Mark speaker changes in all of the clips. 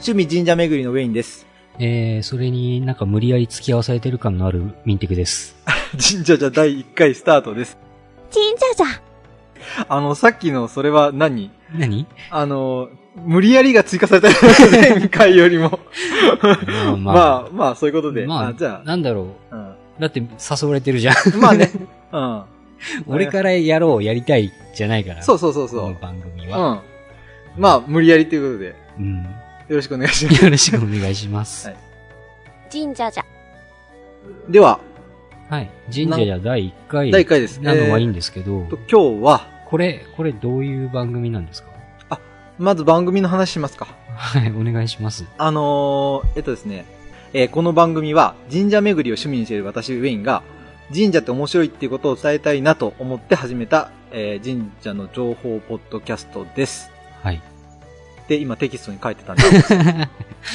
Speaker 1: 趣味神社巡りのウェインです。
Speaker 2: えー、それになんか無理やり付き合わされてる感のあるミンテクです。
Speaker 1: 神社じゃ第1回スタートです。
Speaker 3: 神社じゃ。
Speaker 1: あの、さっきのそれは何
Speaker 2: 何
Speaker 1: あの、無理やりが追加された 前回よりも。
Speaker 2: まあ
Speaker 1: まあ、まあ、そういうことで。
Speaker 2: まあ
Speaker 1: あ、じゃ
Speaker 2: なんだろ
Speaker 1: あ、
Speaker 2: う。だって誘われてるじゃん。
Speaker 1: うん、まあね。 うん。
Speaker 2: 俺からやろう、やりたい、じゃないから。
Speaker 1: そううそうそうそう。う
Speaker 2: この
Speaker 1: ん。
Speaker 2: 番組は。
Speaker 1: まあ、無理やりということで、よ
Speaker 2: うん。
Speaker 1: ろしくお願いし ます。
Speaker 2: よろしくお願いします。
Speaker 1: は
Speaker 2: はいい。
Speaker 3: 神社じゃ。
Speaker 1: では、
Speaker 2: 神社じゃ第1回
Speaker 1: 第1回です。
Speaker 2: なのはいい
Speaker 1: え
Speaker 2: んですけど
Speaker 1: ー、と今日は、
Speaker 2: これ、これどういう番組なんですか
Speaker 1: まず番組の話しますか。
Speaker 2: はい、お願いします。
Speaker 1: あのー、えっとですね、えーこの番組は神社巡りを趣味にしている私、ウェインが、神社って面白いっていうことを伝えたいなと思って始めた、えー神社の情報ポッドキャストです。
Speaker 2: はい。
Speaker 1: で、今テキストに書いてたん です。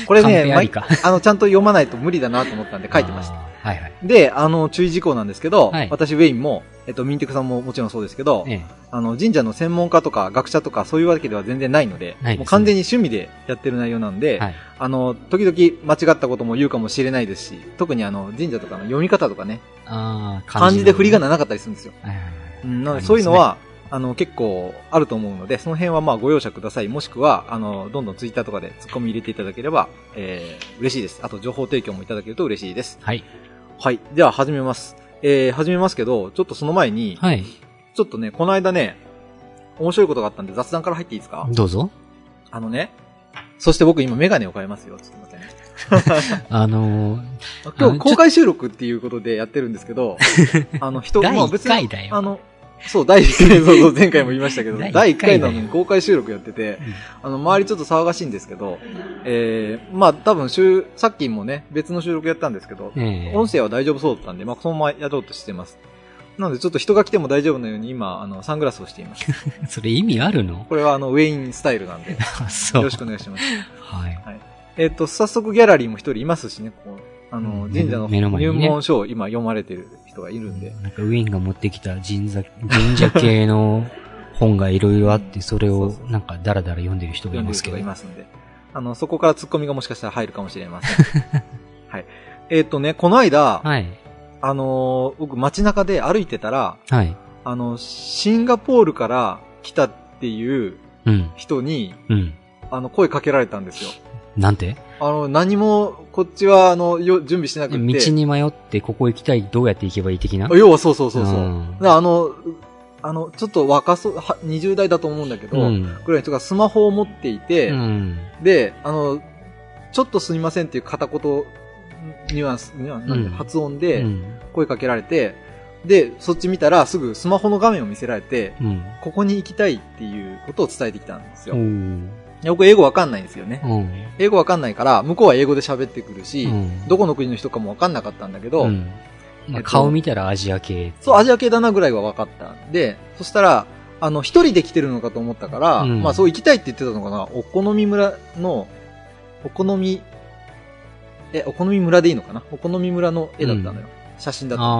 Speaker 1: これね、
Speaker 2: マイ
Speaker 1: 毎
Speaker 2: か。
Speaker 1: あの、ちゃんと読まないと無理だなと思ったんで書いてました。
Speaker 2: あー。はいはい。
Speaker 1: で、あの、注意事項なんですけど、
Speaker 2: はい
Speaker 1: 私、ウェインも、えっと、ミンテクさんももちろんそうですけど、
Speaker 2: え
Speaker 1: あの、神社の専門家とか学者とかそういうわけでは全然ないので、
Speaker 2: ないですね
Speaker 1: もう完全に趣味でやってる内容なんで、
Speaker 2: え。はい。
Speaker 1: あの、時々間違ったことも言うかもしれないですし、特にあの、神社とかの読み方とかね、
Speaker 2: ああ、
Speaker 1: 漢字で振り仮
Speaker 2: な
Speaker 1: 名なかったりするんですよ。
Speaker 2: はいはいはい。
Speaker 1: うん、なの
Speaker 2: あ
Speaker 1: で
Speaker 2: りますね
Speaker 1: そういうのは、あの、結構あると思うので、その辺はまあご容赦ください。もしくは、あの、どんどんツイッターとかで突っ込み入れていただければ、えー、嬉しいです。あと情報提供もいただけると嬉しいです。
Speaker 2: はい。
Speaker 1: はい。では始めます。えー、始めますけど、ちょっとその前に、
Speaker 2: はい。
Speaker 1: ちょっとね、この間ね、面白いことがあったんで雑談から入っていいですか
Speaker 2: どうぞ。
Speaker 1: あのね、そして僕今メガネを変えますよ。ちょっと待ってね。
Speaker 2: あのー、
Speaker 1: 今日公開収録っていうことでやってるんですけ ど、あの人、
Speaker 2: 第
Speaker 1: まあ
Speaker 2: 1
Speaker 1: 別に、
Speaker 2: 回だよ。
Speaker 1: あの、そう、第1回、 そうそう、前回も言いましたけど、
Speaker 2: 第一
Speaker 1: 第1回
Speaker 2: 回だ
Speaker 1: な
Speaker 2: よ
Speaker 1: のに公開収録やってて、あの、周りちょっと騒がしいんですけど、えー、まあ多分収、さっきもね、別の収録やったんですけど、
Speaker 2: ええ
Speaker 1: 音声は大丈夫そうだったんで、まあそのままやろうとしてます。なのでちょっと人が来ても大丈夫なように今、あの、サングラスをしています。
Speaker 2: それ意味あるの
Speaker 1: これはあの、ウェインスタイルなんで、よ
Speaker 2: あ、 そう。
Speaker 1: ろしくお願いします。
Speaker 2: はい。
Speaker 1: えっ、と、早速ギャラリーも一人いますしね、こう、あの、
Speaker 2: うん
Speaker 1: 神社の
Speaker 2: 目の前
Speaker 1: 入
Speaker 2: にね
Speaker 1: 門書を今読まれてる人がいるんで。
Speaker 2: なんかウィンが持ってきた神社、神社系の本がいろいろあって、それをなんかダラダラ読んでる人が
Speaker 1: 読んで
Speaker 2: いま
Speaker 1: る
Speaker 2: す
Speaker 1: 人
Speaker 2: けど
Speaker 1: がい。ますんで。あの、そこから突っ込みがもしかしたら入るかもしれません。はい。えっ、とね、この間、
Speaker 2: はい。
Speaker 1: あのー僕街中で歩いてたら、
Speaker 2: はい。
Speaker 1: あの、シンガポールから来たっていう
Speaker 2: うん。
Speaker 1: 人に、
Speaker 2: うん。
Speaker 1: あの、声かけられたんですよ。
Speaker 2: なんて
Speaker 1: あの、何も、こっちは、あの、よ準備してなく
Speaker 2: 道
Speaker 1: て。
Speaker 2: に迷ってここ行きたい、どうやって行けばいい的な
Speaker 1: あ要はそうそうそうそう。
Speaker 2: ん
Speaker 1: だからあの、あの、ちょっと若そう、は20代だと思うんだけど、
Speaker 2: うん。
Speaker 1: ぐらいの人がスマホを持っていて、
Speaker 2: うん。
Speaker 1: で、あの、ちょっとすみませんっていう片言、ニュアンス、ニュアンスなんて
Speaker 2: うん
Speaker 1: 発音
Speaker 2: う
Speaker 1: で
Speaker 2: ん。
Speaker 1: 声かけられて、で、そっち見たらすぐスマホの画面を見せられて、
Speaker 2: うん。
Speaker 1: ここに行きたいっていうことを伝えてきたんです
Speaker 2: お
Speaker 1: よ。
Speaker 2: ー
Speaker 1: で僕英語わかんないんですよね
Speaker 2: う。ん。
Speaker 1: 英語わかんないから、向こうは英語で喋ってくるし、
Speaker 2: うん
Speaker 1: どこの国の人かもわかんなかったんだけど、
Speaker 2: うんま
Speaker 1: えっ
Speaker 2: あ、
Speaker 1: と
Speaker 2: 顔見たらアジア系。
Speaker 1: そう、アジア系だなぐらいは分かった。で、そしたら、あの、一人で来てるのかと思ったから、
Speaker 2: うん
Speaker 1: まあそう行きたいって言ってたのかな、お好み村の、お好み、え、お好み村でいいのかなお好み村の絵だったのよ。写真だった
Speaker 2: あ
Speaker 1: う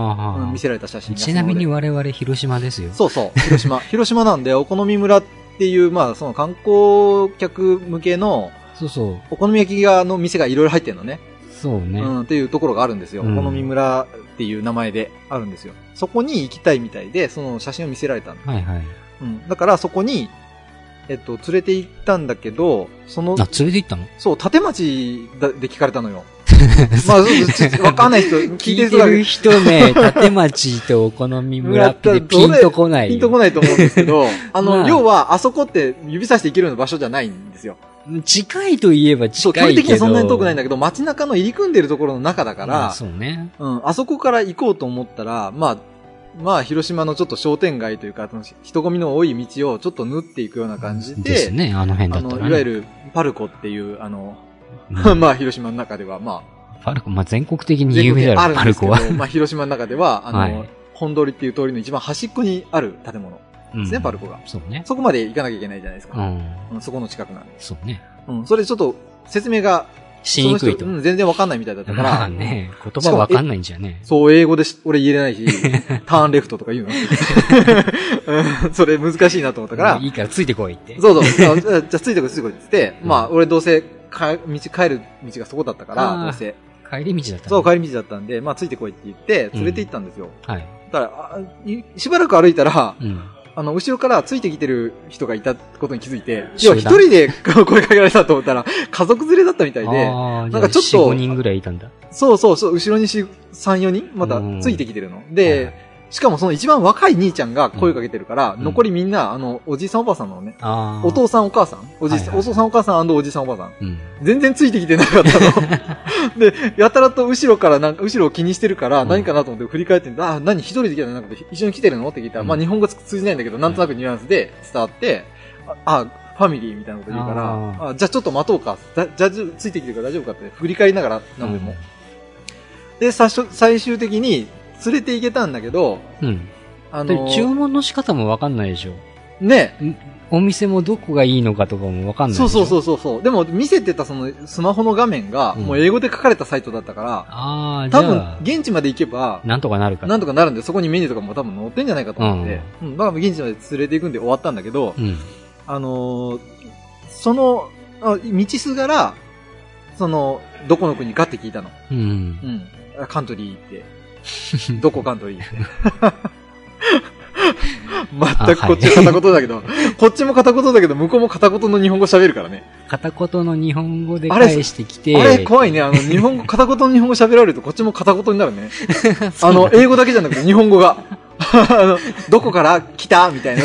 Speaker 1: ん
Speaker 2: あ
Speaker 1: 見せられた写真が
Speaker 2: ちなみに
Speaker 1: その
Speaker 2: 我々広島ですよ。
Speaker 1: そうそう、広島。 広島なんで、お好み村っていう、まあその観光客向けの、
Speaker 2: そうそう。
Speaker 1: お好み焼き屋の店がいろいろ入ってるのね。
Speaker 2: そうね。
Speaker 1: うん、っていうところがあるんですよ。お
Speaker 2: うん
Speaker 1: 好み村っていう名前であるんですよ。そこに行きたいみたいで、その写真を見せられたの。
Speaker 2: はいはい。
Speaker 1: うん。だからそこに、えっと、連れて行ったんだけど、その、
Speaker 2: あ、連れて行ったの
Speaker 1: そう、立町だで聞かれたの よ。まあ、そうちょちょわかんない人、聞いてる人が
Speaker 2: る人 ね、立町とお好み村ってピンとこないよ。
Speaker 1: ピンとこないと思うんですけ ど、あの、
Speaker 2: まあ
Speaker 1: 要は、あそこって指さして行けるような場所じゃないんですよ。
Speaker 2: 近いといえば
Speaker 1: そ
Speaker 2: 近
Speaker 1: う、
Speaker 2: い
Speaker 1: 距離
Speaker 2: けど。
Speaker 1: 的にはそんなに遠くないんだ
Speaker 2: け
Speaker 1: けど、街中の入り組んでるところの中だから、
Speaker 2: そうね。
Speaker 1: うん、あそこから行こうと思ったら、まあ、まあ、広島のちょっと商店街というか、その人混みの多い道をちょっと縫っていくような感じで、
Speaker 2: ですね、あの辺だ
Speaker 1: あ
Speaker 2: ったら、
Speaker 1: の、
Speaker 2: ね。
Speaker 1: いわゆる、パルコっていう、あの、
Speaker 2: う ん、
Speaker 1: まあ、広島の中では、まあ、
Speaker 2: パルコ、まあ、全国的に
Speaker 1: 全
Speaker 2: 有
Speaker 1: 国
Speaker 2: 名
Speaker 1: で
Speaker 2: だ
Speaker 1: ある
Speaker 2: ろ、
Speaker 1: ん
Speaker 2: パ
Speaker 1: で
Speaker 2: ル
Speaker 1: すけ
Speaker 2: コ
Speaker 1: ど
Speaker 2: は。、
Speaker 1: まあ、広島の中では、あの、
Speaker 2: はい
Speaker 1: 本通りっていう通りの一番端っこにある建物ですね、パルコが。
Speaker 2: そうね。
Speaker 1: そこまで行かなきゃいけないじゃないです
Speaker 2: う
Speaker 1: か。
Speaker 2: ん。
Speaker 1: うん、そこの近くなんで。
Speaker 2: そうね。
Speaker 1: うん、それちょっと、説明が、
Speaker 2: しにくい
Speaker 1: そ
Speaker 2: と
Speaker 1: の。人うん、全然わかんないみたいだったか
Speaker 2: ま
Speaker 1: ら
Speaker 2: あ、ね、言葉わかんないんじゃね。
Speaker 1: そう、英語でし俺言えれ ないし、ターンレフトとか言うの。うん それ難しいなと思ったから、
Speaker 2: いいからついてこいって。
Speaker 1: そうそう、あじゃあじゃあついてこいついてこいって言って、まあ俺どうせか、道、帰る道がそこだったから
Speaker 2: あ、ー
Speaker 1: どうせ。
Speaker 2: 帰り道だった
Speaker 1: そう、
Speaker 2: 帰
Speaker 1: 帰り道だったんで、まあ、ついてこいって言って、連れて行ったんですよ。
Speaker 2: はい。
Speaker 1: ただからあいしばらく歩いたら、
Speaker 2: うん。
Speaker 1: あの、後ろからついてきてる人がいたことに気づいて、い
Speaker 2: 集
Speaker 1: や、
Speaker 2: 団
Speaker 1: 一人で声かけられたと思ったら、家族連れだったみたいで、
Speaker 2: ああ、じ
Speaker 1: なん
Speaker 2: ゃあ
Speaker 1: かちょっと
Speaker 2: 4、5人ぐらいいたんだ。
Speaker 1: そうそうそう、後ろにし3、4人また
Speaker 2: うん
Speaker 1: ついてきてるの。で、しかもその一番若い兄ちゃんが声かけてるから、
Speaker 2: うん
Speaker 1: 残りみんな、あの、おじいさんおばあさんなのね。
Speaker 2: ああ。
Speaker 1: お父さんお母さんおじいさん、
Speaker 2: はいはいはい
Speaker 1: お父さんお母さんおじいさんおばあさん。
Speaker 2: うん。
Speaker 1: 全然ついてきてなかった の。で、やたらと後ろからなんか、後ろを気にしてるから、
Speaker 2: うん
Speaker 1: 何かなと思って振り返って、あ、何一人で来たのなんか一緒に来てるのって聞いたら、
Speaker 2: うん
Speaker 1: まあ日本語通じないんだけど、なんとなくニュアンスで伝わって、あ、あファミリーみたいなこと言うから、
Speaker 2: あ
Speaker 1: あじゃあちょっと待とうか。だじゃあつついてきてるから大丈夫かって、振り返りながら、何でも。で、最初最終的に連れて行けたんだけど、
Speaker 2: うん。うん。
Speaker 1: あ
Speaker 2: で
Speaker 1: のー
Speaker 2: 注文の仕方もわかんないでしょ。
Speaker 1: ね、
Speaker 2: お店もどこがいいのかとかもわかんないでし
Speaker 1: そ
Speaker 2: ょ。。
Speaker 1: うそうそううそうそう。でも見せてたそのスマホの画面が、
Speaker 2: うん
Speaker 1: もう英語で書かれたサイトだったから、
Speaker 2: ああ、じ
Speaker 1: 多
Speaker 2: ゃあ
Speaker 1: 分、現地まで行けば、
Speaker 2: なんとかなるから。
Speaker 1: なんとかなるんで、そこにメニューとかも多分載ってんじゃないかと思って、うん、だから現地まで連れて行くんで終わったんだけど、
Speaker 2: うん。
Speaker 1: あのーその、あ道すがら、その、どこの国かって聞いたの。
Speaker 2: うん
Speaker 1: う。ん。あカントリー って。どこカントリーって。全くこっち片言だけど、こっちも片言だけど、向こうも片言の日本語喋るからね。
Speaker 2: 片言の日本語で
Speaker 1: あれ
Speaker 2: 返してきて。
Speaker 1: あれ 怖いね。あの、日本語、片言の日本語喋られるとこっちも片言になるね。あの、英語だけじゃなくて日本語が。 あの、どこから来たみたいな。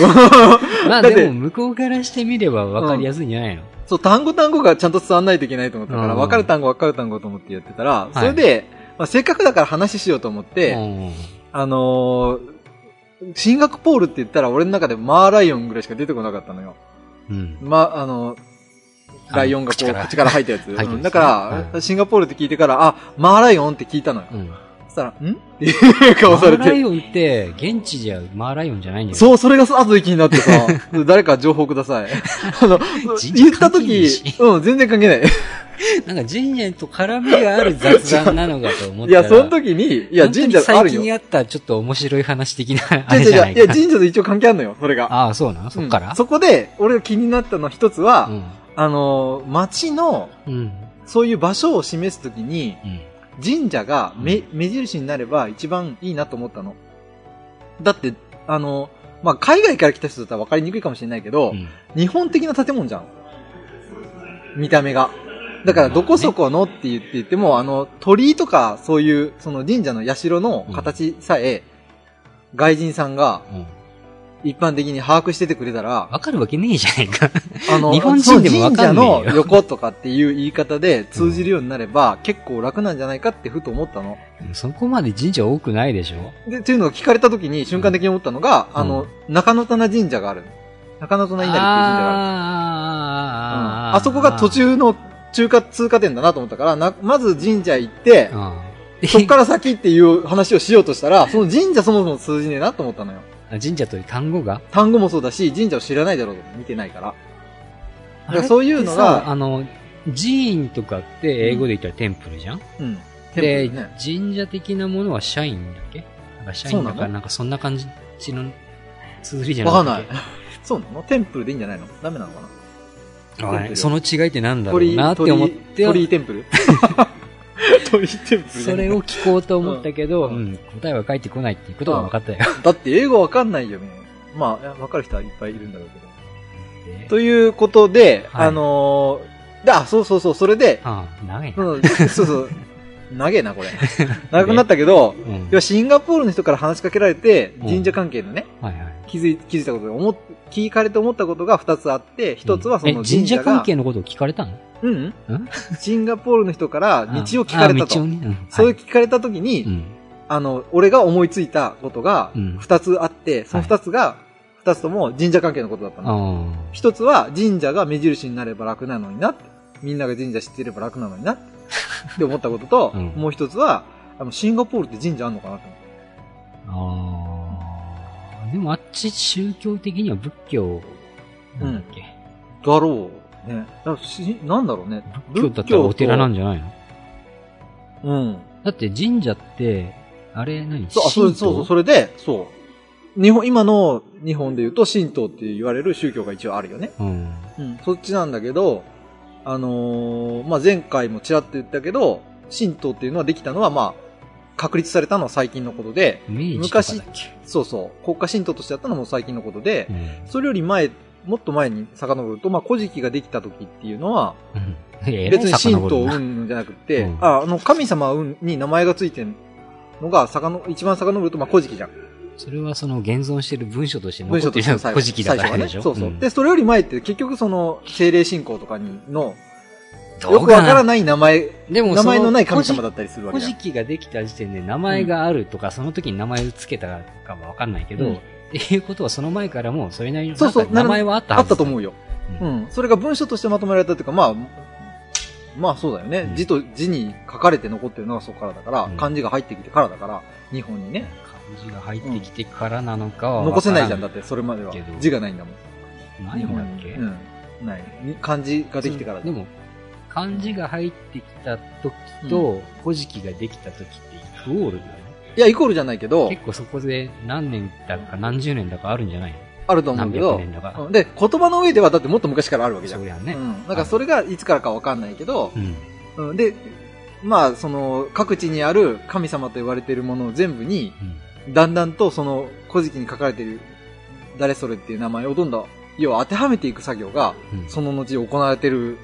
Speaker 2: まあ
Speaker 1: だって
Speaker 2: でも、向こうからしてみればわかりやすいんじゃないの
Speaker 1: そう、単語単語がちゃんと伝わんないといけないと思ったから、
Speaker 2: うん
Speaker 1: 分かる単語分かる単語と思ってやってたら、
Speaker 2: い
Speaker 1: それで、まあ、せっかくだから話しようと思って、
Speaker 2: うん
Speaker 1: あのーシンガポールって言ったら俺の中でマーライオンぐらいしか出てこなかったのよ。
Speaker 2: うん。
Speaker 1: まあ、あの、ライオンがこう口
Speaker 2: あの
Speaker 1: か
Speaker 2: 口からら
Speaker 1: 入ったやつ。
Speaker 2: 入ったやつ
Speaker 1: うんだから、
Speaker 2: はい
Speaker 1: シンガポールって聞いてから、あ、マーライオンって聞いたのよ。
Speaker 2: うん。
Speaker 1: そしたら、んっていう
Speaker 2: マ
Speaker 1: 顔され
Speaker 2: ーラ
Speaker 1: て。
Speaker 2: イオンって、現地じゃマーライオンじゃないんだよ。
Speaker 1: そう、それが後で気になって さ、誰か情報ください。あの、
Speaker 2: 人
Speaker 1: 言っ
Speaker 2: 事
Speaker 1: た
Speaker 2: 関係ね
Speaker 1: 時
Speaker 2: えし、
Speaker 1: うん、全然関係ない。
Speaker 2: なんか神社と絡みがある雑談なのかと思っ
Speaker 1: い
Speaker 2: たら。
Speaker 1: や、その時に、い
Speaker 2: い
Speaker 1: や、神社ある
Speaker 2: 最
Speaker 1: よ。
Speaker 2: 近
Speaker 1: 違
Speaker 2: あったちょっと面白い話的なあ
Speaker 1: う
Speaker 2: れ
Speaker 1: 違う
Speaker 2: じゃ
Speaker 1: 違
Speaker 2: な
Speaker 1: う。
Speaker 2: い
Speaker 1: いや、
Speaker 2: か。
Speaker 1: 神社と一応関係あるのよ、それが。
Speaker 2: ああ、そうなのそっから、
Speaker 1: うんそこで、俺気になったの一つは、
Speaker 2: うん。
Speaker 1: あのー、町の、
Speaker 2: うん。
Speaker 1: そういう場所を示すときに、
Speaker 2: うん。
Speaker 1: 神社が目,、
Speaker 2: う
Speaker 1: 目印になれば一番いいなと思ったの。だって、あの、まあ、海外から来た人だったら分かりにくいかもしれないけど、
Speaker 2: うん
Speaker 1: 日本的な建物じゃん。見た目が。だから、どこそこのって言って言っても、あの、鳥居とか、そういう、その神社の社の形さえ、外人さんが
Speaker 2: うん。
Speaker 1: 一般的に把握しててくれたら、
Speaker 2: わかるわけねえじゃないか。
Speaker 1: あの、
Speaker 2: 日本人でもわかんねえよ
Speaker 1: その神社の横とかっていう言い方で通じるようになれば、結構楽なんじゃないかってふと思ったの。
Speaker 2: そこまで神社多くないでしょ
Speaker 1: で、というのを聞かれた時に瞬間的に思ったのが、
Speaker 2: うん
Speaker 1: あの、中野棚神社がある。中野棚稲荷っていう神社がある。うん
Speaker 2: あー
Speaker 1: あそこが途。中の中華通過点だなと思ったから、なまず神社行って、
Speaker 2: うん
Speaker 1: そっから先っていう話をしようとしたら、その神社そもそも通じねえなと思ったのよ。
Speaker 2: 神社という単語が
Speaker 1: 単語もそうだし、神社を知らないだろうと見てないから。だからそういうの
Speaker 2: あれってさ
Speaker 1: が、
Speaker 2: あの、寺院とかって英語で言ったらテンプルじゃん、
Speaker 1: うん。
Speaker 2: で、
Speaker 1: テンプルね
Speaker 2: 神社的なものは社員だっけなんか社員だ
Speaker 1: そう
Speaker 2: か
Speaker 1: な
Speaker 2: ら
Speaker 1: の
Speaker 2: なんかそんな感じの綴りじゃな
Speaker 1: わかん
Speaker 2: い
Speaker 1: ない。 そうなのテンプルでいいんじゃないのダメなのかな
Speaker 2: わか んないその違いってなんだろ
Speaker 1: 鳥
Speaker 2: う
Speaker 1: 居
Speaker 2: なって思って、
Speaker 1: 鳥居テン プル鳥居テンプルじゃ
Speaker 2: そ
Speaker 1: ない
Speaker 2: れを聞こうと思ったけど、
Speaker 1: う
Speaker 2: うんん答えは返ってこないっていうことが分か ったよ。
Speaker 1: だって英語わかんないよね。まあ、わかる人はいっぱいいるんだろうけど。
Speaker 2: で
Speaker 1: ということで、
Speaker 2: はい
Speaker 1: あのーで、あ、そうそうそう、それで、
Speaker 2: ああ、長いな。
Speaker 1: うん、そうそう、長えな、 これ。長くなったけど、
Speaker 2: うん
Speaker 1: 要はシンガポールの人から話しかけられて、
Speaker 2: うん
Speaker 1: 神社関係のね、
Speaker 2: はいはい。
Speaker 1: 気づい気づいたことで思っ、聞かれて思ったことが2つあって、1つはその
Speaker 2: え神
Speaker 1: 神社
Speaker 2: 社
Speaker 1: が、
Speaker 2: 関係のことを聞かれたの
Speaker 1: うんうん
Speaker 2: ん
Speaker 1: シンガポールの人から道を聞かれた
Speaker 2: ああ道を
Speaker 1: と。
Speaker 2: ね。ん
Speaker 1: そうい
Speaker 2: は
Speaker 1: う聞かれた時に、
Speaker 2: いうん。
Speaker 1: あの、俺が思いついたことが
Speaker 2: う、ん
Speaker 1: 二つあって、その二つが、二つとも神社関係のことだった
Speaker 2: あ
Speaker 1: の。一つは、神社が目印になれば楽なのになって。みんなが神社知ってれば楽なのにな って。って思ったことと、
Speaker 2: うん
Speaker 1: もう一つは、あの、シンガポールって神社あんのかなと思って。
Speaker 2: あああ。でもあっち宗教的には仏教なんだっけ、
Speaker 1: だろう。ね。だしなんだろうね。
Speaker 2: 仏教だったらお寺なん
Speaker 1: ん
Speaker 2: じゃないの
Speaker 1: うん。
Speaker 2: だって神社って、あれ何
Speaker 1: そう、あ、そ
Speaker 2: 神
Speaker 1: うそうそう、
Speaker 2: 道
Speaker 1: それで、そう。日本、今の日本で言うと神道って言われる宗教が一応あるよね。
Speaker 2: うん。
Speaker 1: うん、そっちなんだけど、あのーまあ、前回もちらっと言ったけど、神道っていうのはできたのは、まあ、確立されたのは最近のことで、
Speaker 2: 明治とかだっけ、
Speaker 1: そうそう、国家神道としてやったのも最近のことで、
Speaker 2: うん
Speaker 1: それより前、もっと前に遡ると、まあ、古事記ができた時っていうのは、
Speaker 2: うん、いや
Speaker 1: 別に神道
Speaker 2: 遡るな
Speaker 1: うんぬんじゃなくて、
Speaker 2: うん
Speaker 1: あ、あの、神様うんに名前がついてるのが、さかの、一番遡ると、まあ、古事記じゃん。
Speaker 2: それはその現存してる文書として残
Speaker 1: 文章
Speaker 2: っ
Speaker 1: と
Speaker 2: て
Speaker 1: し
Speaker 2: る
Speaker 1: ての
Speaker 2: のが
Speaker 1: 最
Speaker 2: 古
Speaker 1: 後
Speaker 2: 事記だか
Speaker 1: 最
Speaker 2: ら
Speaker 1: 初は
Speaker 2: で
Speaker 1: ね
Speaker 2: しょ
Speaker 1: そうそう。
Speaker 2: ん
Speaker 1: で、それより前って、結局その、精霊信仰とかにの、
Speaker 2: ど
Speaker 1: よ
Speaker 2: う
Speaker 1: くわから
Speaker 2: な
Speaker 1: ない名前、
Speaker 2: でも
Speaker 1: 名前のない神
Speaker 2: そ
Speaker 1: 様だったりするわけ
Speaker 2: 古
Speaker 1: じゃ
Speaker 2: 事
Speaker 1: ん。
Speaker 2: 記ができた時点で名前があるとか、その時に名前を付けたかはわかんないけど、
Speaker 1: うん
Speaker 2: っていうことはその前からもうそれなりに
Speaker 1: そうそう
Speaker 2: なんか名前はあった
Speaker 1: あ
Speaker 2: は
Speaker 1: った
Speaker 2: ず
Speaker 1: と思うよ。うん。それが文書としてまとめられたっていうか、まあ、まあそうだよね
Speaker 2: う。ん
Speaker 1: 字と字に書かれて残ってるのがそこからだから
Speaker 2: う、ん
Speaker 1: 漢字が入ってきてからだから、日本に
Speaker 2: ね
Speaker 1: ね。
Speaker 2: 漢字が入ってきてからなのかは
Speaker 1: 残せないじゃん、だ
Speaker 2: て
Speaker 1: ってそれまでは
Speaker 2: けど。
Speaker 1: 字がないんだもん。
Speaker 2: ないんだっけ、
Speaker 1: うん。ない。に漢字ができてから
Speaker 2: でも漢字が入ってきた時と、古事記ができた時ってイクオールだよね
Speaker 1: いや、イコールじゃないけど、
Speaker 2: 結構そこで何年だか何十年だかあるんじゃない
Speaker 1: あると思う
Speaker 2: 何
Speaker 1: け
Speaker 2: 百
Speaker 1: ど、
Speaker 2: 年だか、
Speaker 1: うんで、言葉の上ではだってもっと昔からあるわけじゃ
Speaker 2: そ
Speaker 1: ん。
Speaker 2: うやん
Speaker 1: う
Speaker 2: ね、
Speaker 1: ん。だからそれがいつからかわかんないけど、
Speaker 2: うん
Speaker 1: うんで、まあ、その、各地にある神様と言われているものを全部に、
Speaker 2: うん
Speaker 1: だんだんとその古事記に書かれている誰それっていう名前をどんどん要は当てはめていく作業が
Speaker 2: うん
Speaker 1: その後行われてる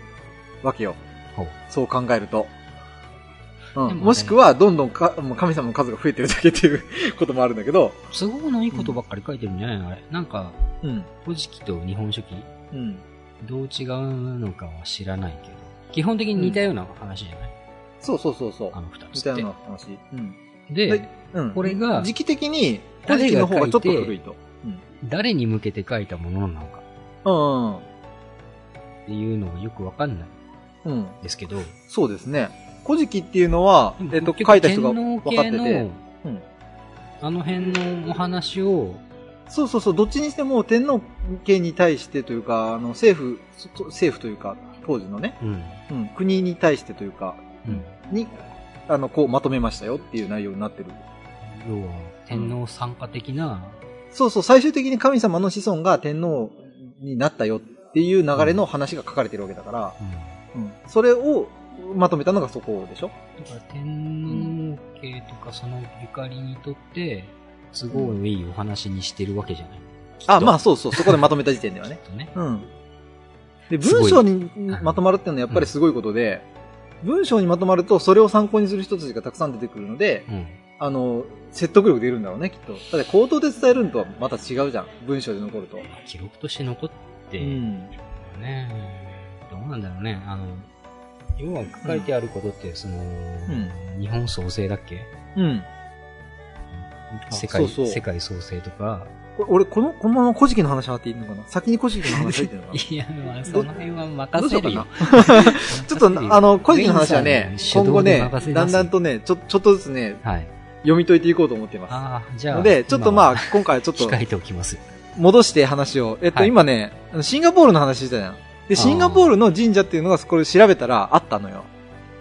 Speaker 1: わけよ
Speaker 2: ほう
Speaker 1: そう考えると、うん
Speaker 2: でもね
Speaker 1: もしくはどんどんかもう神様の数が増えてるだけっていう こともあるんだけど
Speaker 2: 都合のいいことばっかり書いてるんじゃないのあれなんか
Speaker 1: うん
Speaker 2: 古事記と日本書紀
Speaker 1: うん
Speaker 2: どう違うのかは知らないけど基本的に似たような話じゃない、
Speaker 1: そうそうそうそう
Speaker 2: あの二
Speaker 1: み
Speaker 2: つ
Speaker 1: た
Speaker 2: っ
Speaker 1: い
Speaker 2: て
Speaker 1: な話、うん
Speaker 2: で
Speaker 1: うん、
Speaker 2: これが
Speaker 1: 時期的に古事記の方がちょっと古いと
Speaker 2: 誰に向けて書いたものなのか
Speaker 1: うん
Speaker 2: っていうのがよくわかんない
Speaker 1: うん、うん、
Speaker 2: ですけど
Speaker 1: そうですね古事記っていうのは、えっと、書いた人が分かって
Speaker 2: 天皇
Speaker 1: て
Speaker 2: 系の
Speaker 1: うん
Speaker 2: あの辺のお話を
Speaker 1: そうそうそう、どっちにしても天皇家に対してというか、あの政府、そそ政府というか、当時のね、
Speaker 2: うん
Speaker 1: うん、国に対してというか、
Speaker 2: うん
Speaker 1: に、あの、こうまとめましたよっていう内容になってる。
Speaker 2: 要は天皇参加的な
Speaker 1: そうそう、最終的に神様の子孫が天皇になったよっていう流れの話が書かれてるわけだから、
Speaker 2: うん
Speaker 1: うん、それをまとめたのがそこでしょ
Speaker 2: だから天皇家とかそのゆかりにとって都合のいいお話にしてるわけじゃない。
Speaker 1: あ、まあ
Speaker 2: き
Speaker 1: そうそう、そこでまとめた時点ではね
Speaker 2: っ。とね。
Speaker 1: うん。で、
Speaker 2: すご
Speaker 1: 文
Speaker 2: い
Speaker 1: 章にまとまるっていうのはやっぱりすごいことで、文章にまとまるとそれを参考にする人たちがたくさん出てくるので、
Speaker 2: うん。
Speaker 1: あの、説得力出るんだろうね、きっと。だって口頭で伝えるのとはまた違うじゃん。文章で残ると。
Speaker 2: まあ記録として残って
Speaker 1: う
Speaker 2: るよ
Speaker 1: ん。
Speaker 2: ね。どうなんだろうね。あの、要は書かれてあることって、その、日本創生だっけ
Speaker 1: うん。
Speaker 2: 世界、
Speaker 1: そうそう
Speaker 2: 世界創生とか。
Speaker 1: これ俺、この、このまま古事記の話あっていいのかな先に古事記の話 入っていいのか
Speaker 2: いや、まあ、その辺は任せる
Speaker 1: な
Speaker 2: よ。
Speaker 1: ちょっと、あの、古事記の話は
Speaker 2: メイ
Speaker 1: ね
Speaker 2: ン、さん
Speaker 1: 今後ね
Speaker 2: に主導で任せ、ます
Speaker 1: だんだんとね、ちょ、ちょっとずつね、
Speaker 2: はい。
Speaker 1: 読み解いていこうと思ってま
Speaker 2: ああ、じ
Speaker 1: す。
Speaker 2: ゃ
Speaker 1: の
Speaker 2: あ。
Speaker 1: で、ちょっとまあ
Speaker 2: 今は、
Speaker 1: 今回はちょっと、
Speaker 2: 控えておきます。
Speaker 1: 戻して話を。えっと、
Speaker 2: はい
Speaker 1: 今ね、あのシンガポールの話してたじゃん。で、シンガポールの神社っていうのが、これ調べたらあったのよ。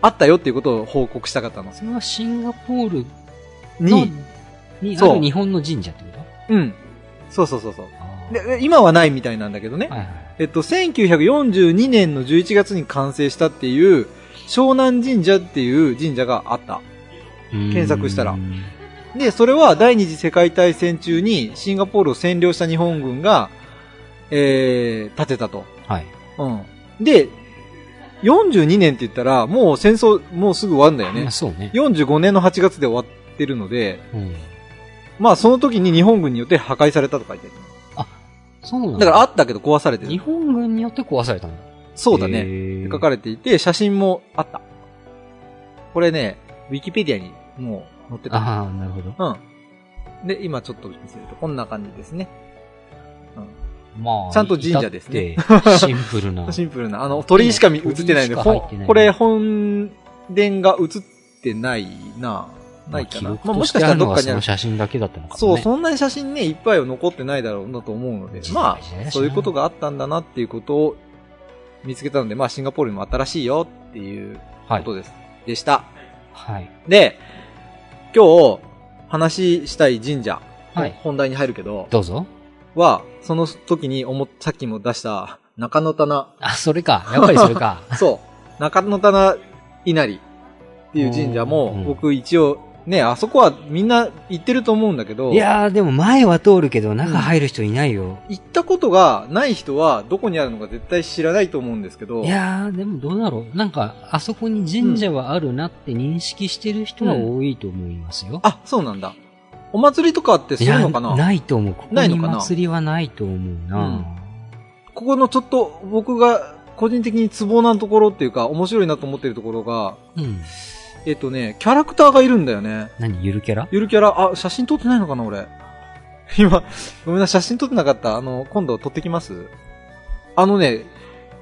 Speaker 1: あったよっていうことを報告したかったの。
Speaker 2: それはシンガポールの
Speaker 1: に、
Speaker 2: にあ
Speaker 1: そう
Speaker 2: る日本の神社ってこと
Speaker 1: うん。そうそうそうそう。
Speaker 2: あー
Speaker 1: で、で今はないみたいなんだけどね。
Speaker 2: はいはい。
Speaker 1: えっと、1942年の11月に完成したっていう、湘南神社っていう神社があった。検索したら
Speaker 2: うーん。
Speaker 1: で、それは第二次世界大戦中にシンガポールを占領した日本軍が、えー、建てたと。
Speaker 2: はい。
Speaker 1: うん。で、42年って言ったら、もう戦争、もうすぐ終わるんだよ
Speaker 2: ま
Speaker 1: ね
Speaker 2: あ。そうね。
Speaker 1: 45年の8月で終わってるので、
Speaker 2: うん。
Speaker 1: まあその時に日本軍によって破壊されたと書いてある。
Speaker 2: そうなん
Speaker 1: だからあったけど壊されて
Speaker 2: 日
Speaker 1: る。
Speaker 2: 本軍によって壊されたんだ。
Speaker 1: そうだね。
Speaker 2: ね
Speaker 1: 書かれていて、写真もあった。これね、ウィキペディアにもう載ってた。
Speaker 2: ああ、なるほど。
Speaker 1: うん。で、今ちょっと見せると、こんな感じですね。
Speaker 2: まあ、
Speaker 1: ちゃんと神社ですね
Speaker 2: 至ってシンプル な。
Speaker 1: シンプルな、あの、鳥居しか見映ってないんで、
Speaker 2: 鳥居しか
Speaker 1: ほ
Speaker 2: 入っ
Speaker 1: ん
Speaker 2: てない
Speaker 1: これ本殿が映ってないな。ないかな。ま
Speaker 2: ま
Speaker 1: あ
Speaker 2: あ、
Speaker 1: も
Speaker 2: も
Speaker 1: し
Speaker 2: し
Speaker 1: か
Speaker 2: か
Speaker 1: しら
Speaker 2: したたら
Speaker 1: ど
Speaker 2: ど
Speaker 1: っか
Speaker 2: っか
Speaker 1: にあ
Speaker 2: にあ
Speaker 1: る
Speaker 2: る写真だけだったのかもね。
Speaker 1: そう、そんなに写真ね、いっぱいは残ってないだろうなと思うので、まあ、
Speaker 2: あ
Speaker 1: そういうこと。があったんだなっていうことを見つけたので、まあ、シンガポールにも新しいよっていう
Speaker 2: は
Speaker 1: こ
Speaker 2: い。
Speaker 1: とです。でした。
Speaker 2: はい。
Speaker 1: で、今日、話したい神社、
Speaker 2: はい
Speaker 1: 本題に入るけど、
Speaker 2: どうぞ。
Speaker 1: は、その時に思っ、さっきも出した、中野棚。
Speaker 2: あ、それか。やっぱりそ れか。
Speaker 1: そう。中野棚稲荷っていう神社も、
Speaker 2: うんうん
Speaker 1: 僕一応、ね、あそこはみんな行ってると思うんだけど、
Speaker 2: いやー、でも前は通るけど、中入る人いないよ。
Speaker 1: 行ったことがない人はどこにあるのか絶対知らないと思うんですけど、
Speaker 2: いやー、でもどうだろう。なんか、あそこに神社はあるなって認識してる人は多いと思いますよ。
Speaker 1: あ、そうなんだ。お祭りとかってす
Speaker 2: い
Speaker 1: る
Speaker 2: や
Speaker 1: のかない
Speaker 2: と思う。ここ
Speaker 1: ないの
Speaker 2: に
Speaker 1: かな
Speaker 2: 祭りはないと思うな。
Speaker 1: ここのちょっと僕が個人的にツボなところっていうか面白いなと思ってるところが、
Speaker 2: うん。
Speaker 1: えっとね、キャラクターがいるんだよね。
Speaker 2: 何ゆるキャラ
Speaker 1: ゆるキャラ、あ、写真撮ってないのかな俺。 今、ごめんな、写真撮ってなかった。あの、今度撮ってきますあのね、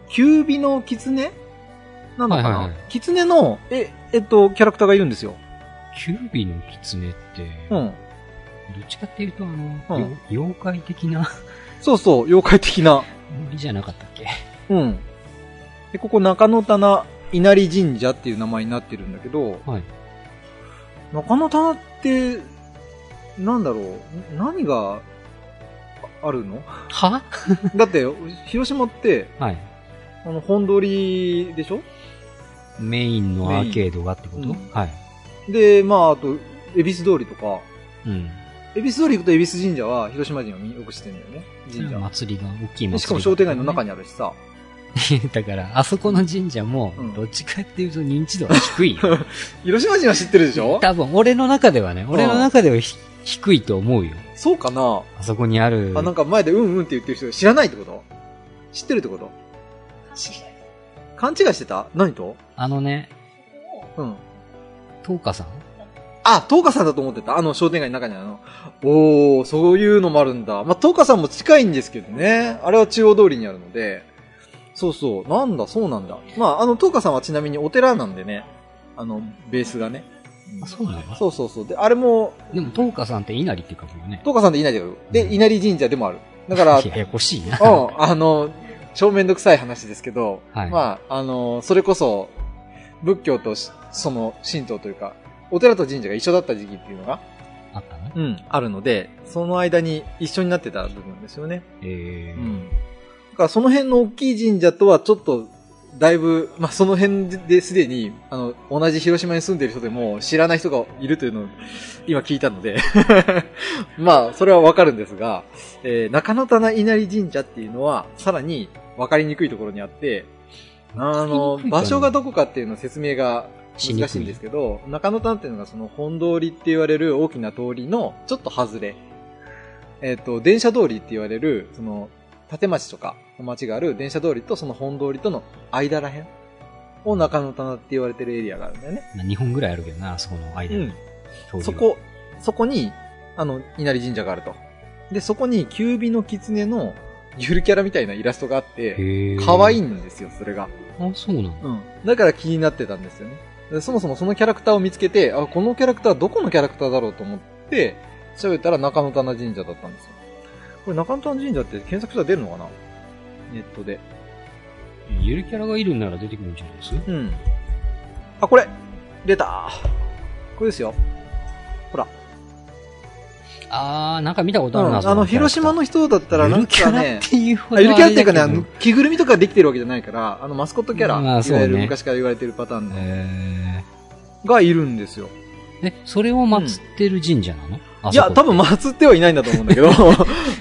Speaker 1: 九尾の狐なのかな、
Speaker 2: はいはいはい
Speaker 1: 狐の、え、えっと、キャラクターがいるんですよ。
Speaker 2: キュービの狐って、
Speaker 1: う
Speaker 2: どっ
Speaker 1: ん。
Speaker 2: ちかっていうと、あの、
Speaker 1: うん
Speaker 2: よ妖怪的な
Speaker 1: そうそう、妖怪的な。
Speaker 2: ノリじゃなかったっけ
Speaker 1: うん。で、ここ中野棚稲荷神社っていう名前になってるんだけど、
Speaker 2: はい。
Speaker 1: 中野棚って、なんだろう、な何がああるの
Speaker 2: は
Speaker 1: だって、広島って、
Speaker 2: はい。
Speaker 1: あの、本通りでしょ
Speaker 2: メインのアーケードがってこと、
Speaker 1: うん
Speaker 2: はい。
Speaker 1: で、まあ、あと、恵比寿通りとか、
Speaker 2: うん。
Speaker 1: 恵比寿通り行くと恵比寿神社は広島人をみんなよく知ってんだよね、神社。
Speaker 2: 祭りが、大きい祭りが、
Speaker 1: でしかも商店街の中
Speaker 2: に。
Speaker 1: にあるしさ。
Speaker 2: だから、あそこの神社も
Speaker 1: うん、
Speaker 2: どっちかっていうと認知度は低いよ。
Speaker 1: 広島人は知ってるでしょ
Speaker 2: 多分、俺の中ではね、俺の中ではひ低いと思うよ。
Speaker 1: そうかな
Speaker 2: あそこにある。
Speaker 1: あ、なんか前でうんうんって言ってる人知らないってこと知ってるってこと勘違いしてた何と
Speaker 2: あのね、
Speaker 1: うん。
Speaker 2: トーカさん
Speaker 1: あ、東花さんだと思ってた。あの商店街の中にあるの。おー、そういうのもあるんだ。まあ、東花さんも近いんですけどね。あれは中央通りにあるので。そうそう。なんだ、そうなんだ。まあ、あの、東花さんはちなみにお寺なんでね。あの、ベースがね。ん
Speaker 2: あそうなの
Speaker 1: そうそうそう。で、あれも、
Speaker 2: でも、トーカさんって稲荷って書くよね。
Speaker 1: 東花さんで稲荷だよ。で、稲荷神社でもある。だから、
Speaker 2: ややこしいな。
Speaker 1: うん、あの、超めんどくさい話ですけど、
Speaker 2: はい
Speaker 1: まあ、あの、それこそ、仏教としその神道というか、お寺と神社が一緒だった時期っていうのが、
Speaker 2: あったね。
Speaker 1: うん、あるので、その間に一緒になってた部分ですよね。
Speaker 2: え
Speaker 1: う
Speaker 2: ー。
Speaker 1: ん。だからその辺の大きい神社とはちょっと、だいぶ、まあ、その辺ですでに、あの、同じ広島に住んでる人でも知らない人がいるというのを今聞いたので、 まあ、それはわかるんですが、えー、中野棚稲荷神社っていうのは、さらにわかりにくいところにあって、あの、場所がどこかっていうの説明が
Speaker 2: しにくい
Speaker 1: 難しいんですけど、中野棚っていうのがその本通りって言われる大きな通りのちょっと外れ。えっ、と、電車通りって言われる、その、建町とかの町がある電車通りとその本通りとの間らへんを中野棚って言われてるエリアがあるんだよね。
Speaker 2: まあ、2本ぐらいあるけどな、あそこの間に。通りは
Speaker 1: そ。こ、そこに、あの、稲荷神社があると。で、そこに、九尾の狐のゆるキャラみたいなイラストがあって、
Speaker 2: へー
Speaker 1: 可愛い
Speaker 2: あ、
Speaker 1: んですよ、それが。
Speaker 2: そうなの、
Speaker 1: うん。だから気になってたんですよね。でそもそもそのキャラクターを見つけて、あ、このキャラクターはどこのキャラクターだろうと思って、調べたら中野棚神社だったんですよ。これ中野棚神社って検索したら出るのかなネットで。
Speaker 2: ゆるキャラがいるんなら出てくるんじゃないです
Speaker 1: うん。あ、これ出たこれですよ。ほら。
Speaker 2: あー、なんか見たことあるな、
Speaker 1: うんあの、広島の人だったらな
Speaker 2: ゆ
Speaker 1: ん
Speaker 2: るキ
Speaker 1: か
Speaker 2: ャラ
Speaker 1: ね
Speaker 2: っ、ていうほど
Speaker 1: あゆるキャラっていうかね、あ
Speaker 2: あれだ
Speaker 1: の
Speaker 2: けど、
Speaker 1: 着ぐるみとかできてるわけじゃないから、あの、マスコットキャラ、
Speaker 2: まあ
Speaker 1: い
Speaker 2: そう
Speaker 1: わ
Speaker 2: ね
Speaker 1: ゆる昔から言われてるパターンの
Speaker 2: え
Speaker 1: がいるんですよ。
Speaker 2: ーえ、それを祀ってる神社なの、あ
Speaker 1: い
Speaker 2: そこ
Speaker 1: や、多分祀ってはいないんだと思うんだけど、 う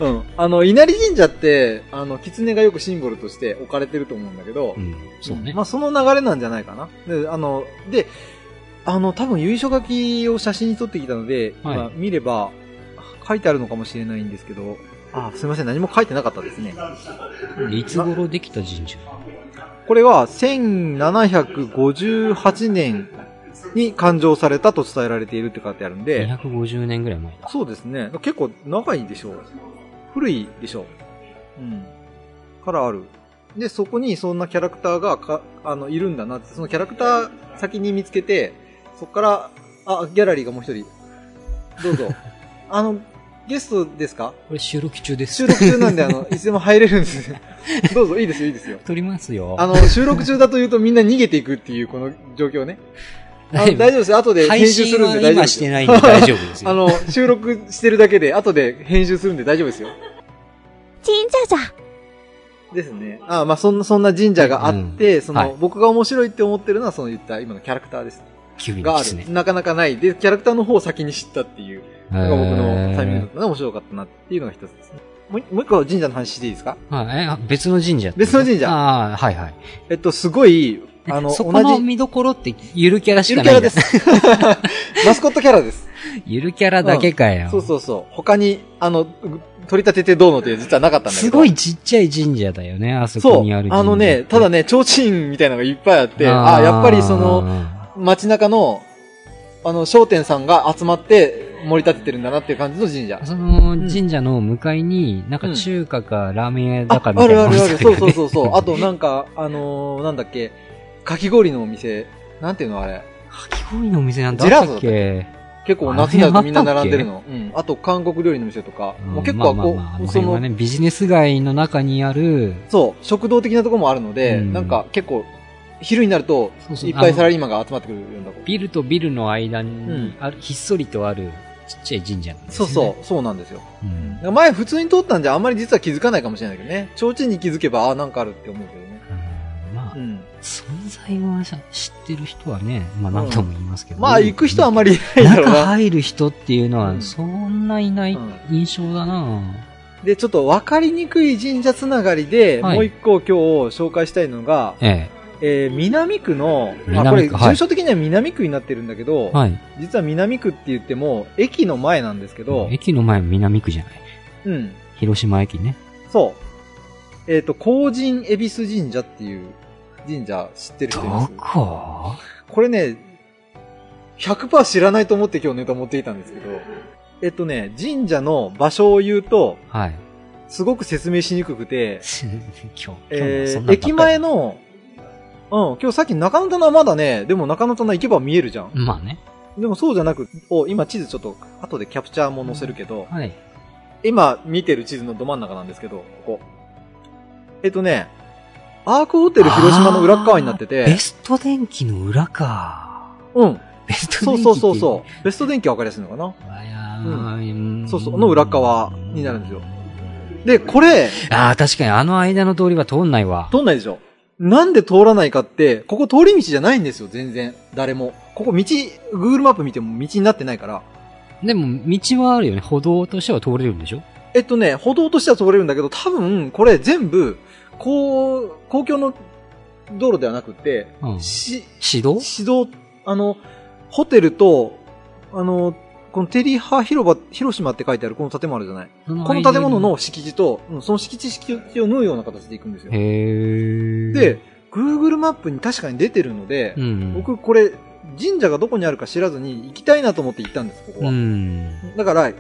Speaker 1: ん。あの、稲荷神社って、あの、狐がよくシンボルとして置かれてると思うんだけど、
Speaker 2: うん、そうね。
Speaker 1: まあ、その流れなんじゃないかな。で、あの、で、あの、多分優勝書きを写真に撮ってきたので、
Speaker 2: はい
Speaker 1: 今見れば、書いてあるのかもしれないんですけど、あ、すいません、何も書いてなかったですね。
Speaker 2: いつ頃できた神社
Speaker 1: これは1758年に誕生されたと伝えられているって書いてあるんで、
Speaker 2: ?250 年ぐらい前だ。
Speaker 1: そうですね。結構長いでしょう。古いでしょう。うん。からある。で、そこにそんなキャラクターがか、あの、いるんだなって、そのキャラクター先に見つけて、そこから、あ、ギャラリーがもう一人。ど うぞ。あの、ゲストですか
Speaker 2: これ収録中です。
Speaker 1: 収録中なんで、あ の、いつでも入れるんですよ。どうぞ、いいですよ、いいですよ。
Speaker 2: 撮りますよ。
Speaker 1: あの、収録中だと言うとみんな逃げていくっていう、この状況ね。あの
Speaker 2: 大丈夫
Speaker 1: 大丈夫です。後で編
Speaker 2: 配
Speaker 1: 集す
Speaker 2: 信
Speaker 1: るん
Speaker 2: は
Speaker 1: で大丈夫
Speaker 2: 今
Speaker 1: で
Speaker 2: し
Speaker 1: す
Speaker 2: て
Speaker 1: よ。
Speaker 2: ないんで大丈夫ですよ。
Speaker 1: あの、収録 してるだけで、後で編集するんで大丈夫ですよ。
Speaker 3: ちんじゃじゃ。
Speaker 1: ですね。ああまあそんな、そんな神社があって、その、
Speaker 2: はい
Speaker 1: 僕が面白いって思ってるのは、その言った今のキャラクターですね。
Speaker 2: キュビ
Speaker 1: があ
Speaker 2: です
Speaker 1: る。
Speaker 2: ね。
Speaker 1: なかなかない。で、キャラクターの方を先に知ったっていうのが僕のタイミングだっ
Speaker 2: え
Speaker 1: たので面白かったなっていうのが一つですね。もう一もう一個神社の話していいですか
Speaker 2: ーはいえ、別の神社って
Speaker 1: 別の神社
Speaker 2: ああ、はいはい。
Speaker 1: えっと、すごい、あの、
Speaker 2: そ
Speaker 1: 同
Speaker 2: この
Speaker 1: じ、
Speaker 2: 見どころって、ゆるキャラし
Speaker 1: ゆ
Speaker 2: か
Speaker 1: る
Speaker 2: な
Speaker 1: キ
Speaker 2: い
Speaker 1: ャ
Speaker 2: んだ
Speaker 1: ラで。す。 マスコットキャラです。
Speaker 2: ゆるキャラだけかよ。
Speaker 1: そうそうそう。他に、あの、取り立ててどうのって実はなかったんだけど。
Speaker 2: すごいちっちゃい神社だよね、あそ
Speaker 1: そ
Speaker 2: こ
Speaker 1: う
Speaker 2: にある。神社。
Speaker 1: あのね、ただね、提灯みたいなのがいっぱいあって、ああ、やっぱりその、
Speaker 2: の、
Speaker 1: 街中の、あの、商店さんが集まって盛り立ててるんだなっていう感じの神社。
Speaker 2: その神社の向かいに、なんか中華かラーメン屋だかみ
Speaker 1: あ
Speaker 2: たい
Speaker 1: る
Speaker 2: な
Speaker 1: あ
Speaker 2: お
Speaker 1: るあ
Speaker 2: 店
Speaker 1: る。
Speaker 2: がね。
Speaker 1: そうそうそうそう。 あとなんか、あのーなんだっけ、かき氷のお店、なんていうのあれ。
Speaker 2: かき氷のお店なんてあったっ
Speaker 1: ジ
Speaker 2: け
Speaker 1: 結構夏になるとみんな並んでるの。うん。あと韓国料理の店とか、もう結構こう、
Speaker 2: まあまあまああの
Speaker 1: そ
Speaker 2: 辺
Speaker 1: の、
Speaker 2: はね、ビジネス街の中にある、
Speaker 1: そう、食堂的なとこもあるので、
Speaker 2: うん
Speaker 1: なんか結構、昼になると
Speaker 2: そう、そう
Speaker 1: いっぱいサラリーマンが集まってくるようなとこ。
Speaker 2: ビルとビルの間
Speaker 1: うん
Speaker 2: にある、ひっそりとあるちっちゃい神社なんです
Speaker 1: そ
Speaker 2: よ
Speaker 1: う
Speaker 2: ね。
Speaker 1: そう、そうなんですよ。
Speaker 2: う
Speaker 1: だ
Speaker 2: ん。
Speaker 1: から前普通に通ったんじゃあんまり実は気づかないかもしれないけどね。提灯に気づけば、ああ、なんかあるって思うけどね。
Speaker 2: うんまあ
Speaker 1: う、ん。
Speaker 2: 存在はさ知ってる人はね、まあ何とも言いますけど。
Speaker 1: まあ、行く人はあんま
Speaker 2: り
Speaker 1: りいないだろう
Speaker 2: 中
Speaker 1: な。
Speaker 2: 入る人っていうの
Speaker 1: う
Speaker 2: は、
Speaker 1: ん
Speaker 2: そんないない
Speaker 1: うん
Speaker 2: 印象だな
Speaker 1: で、ちょっと分かりにくい神社つながりで、
Speaker 2: はい
Speaker 1: もう一個今日紹介したいのが、
Speaker 2: え
Speaker 1: えー南区の、まあ、こ
Speaker 2: 南
Speaker 1: れ、
Speaker 2: 区はい
Speaker 1: 住所的には南区になってるんだけど、
Speaker 2: え。はい。
Speaker 1: 実は南区って言っても、駅の前なんですけど、
Speaker 2: 駅の前南区じゃない。
Speaker 1: うん、
Speaker 2: 広島駅ね。
Speaker 1: そう。えっ、と、高人恵比寿神社っていう神社知ってる
Speaker 2: ど
Speaker 1: 人います
Speaker 2: こ
Speaker 1: これね、100%知らないと思って今日ネタ持っていたんですけど、えっとね、神社の場所を言うと、
Speaker 2: はい。
Speaker 1: すごく説明しにくくて、
Speaker 2: 今日、今
Speaker 1: え
Speaker 2: 日そ
Speaker 1: ー
Speaker 2: んなんばっかり
Speaker 1: 駅前。の、うん、今日さっき中野棚まだね、でも中野棚行けば見えるじゃん。
Speaker 2: まあね。
Speaker 1: でもそうじゃなく、お今地図ちょっと後でキャプチャーも載せるけど、
Speaker 2: はい。
Speaker 1: 今見てる地図のど真ん中なんですけど、ここ。えっとね、アークホテル広島の裏っ側になって
Speaker 2: ベ
Speaker 1: て、
Speaker 2: スト電機の裏か。
Speaker 1: うん、
Speaker 2: ベスト
Speaker 1: そ
Speaker 2: 電
Speaker 1: う
Speaker 2: 機。
Speaker 1: そうそうそう。ベスト電気わかりやすいのかな
Speaker 2: う。わやー
Speaker 1: そうそうの裏側になるんですよ。で、これ、
Speaker 2: ああ、確かにあの間の通りは通んないわ。
Speaker 1: 通んないでしょなんで通らないかって、ここ通り道じゃないんですよ、全然。誰も。ここ道、Google マップ見ても道になってないから。
Speaker 2: でも、道はあるよね。歩道としては通れるんでしょ
Speaker 1: えっとね、歩道としては通れるんだけど、多分、これ全部、こう、公共の道路ではなくて、
Speaker 2: うん。
Speaker 1: し、
Speaker 2: 指導
Speaker 1: 指導、あの、ホテルと、あの、このテリーハ広場、広島って書いてあるこの建物あるじゃない
Speaker 2: こ
Speaker 1: この建物の敷地と、うんその敷地敷地を縫うような形で行くんですよ
Speaker 2: へ。ー。
Speaker 1: で、、Google マップに確かに出てるので、
Speaker 2: うん、、
Speaker 1: 僕これ、神社がどこにあるか知らずに行きたいなと思って行ったんです、ここ
Speaker 2: う
Speaker 1: は。
Speaker 2: ん。
Speaker 1: だから、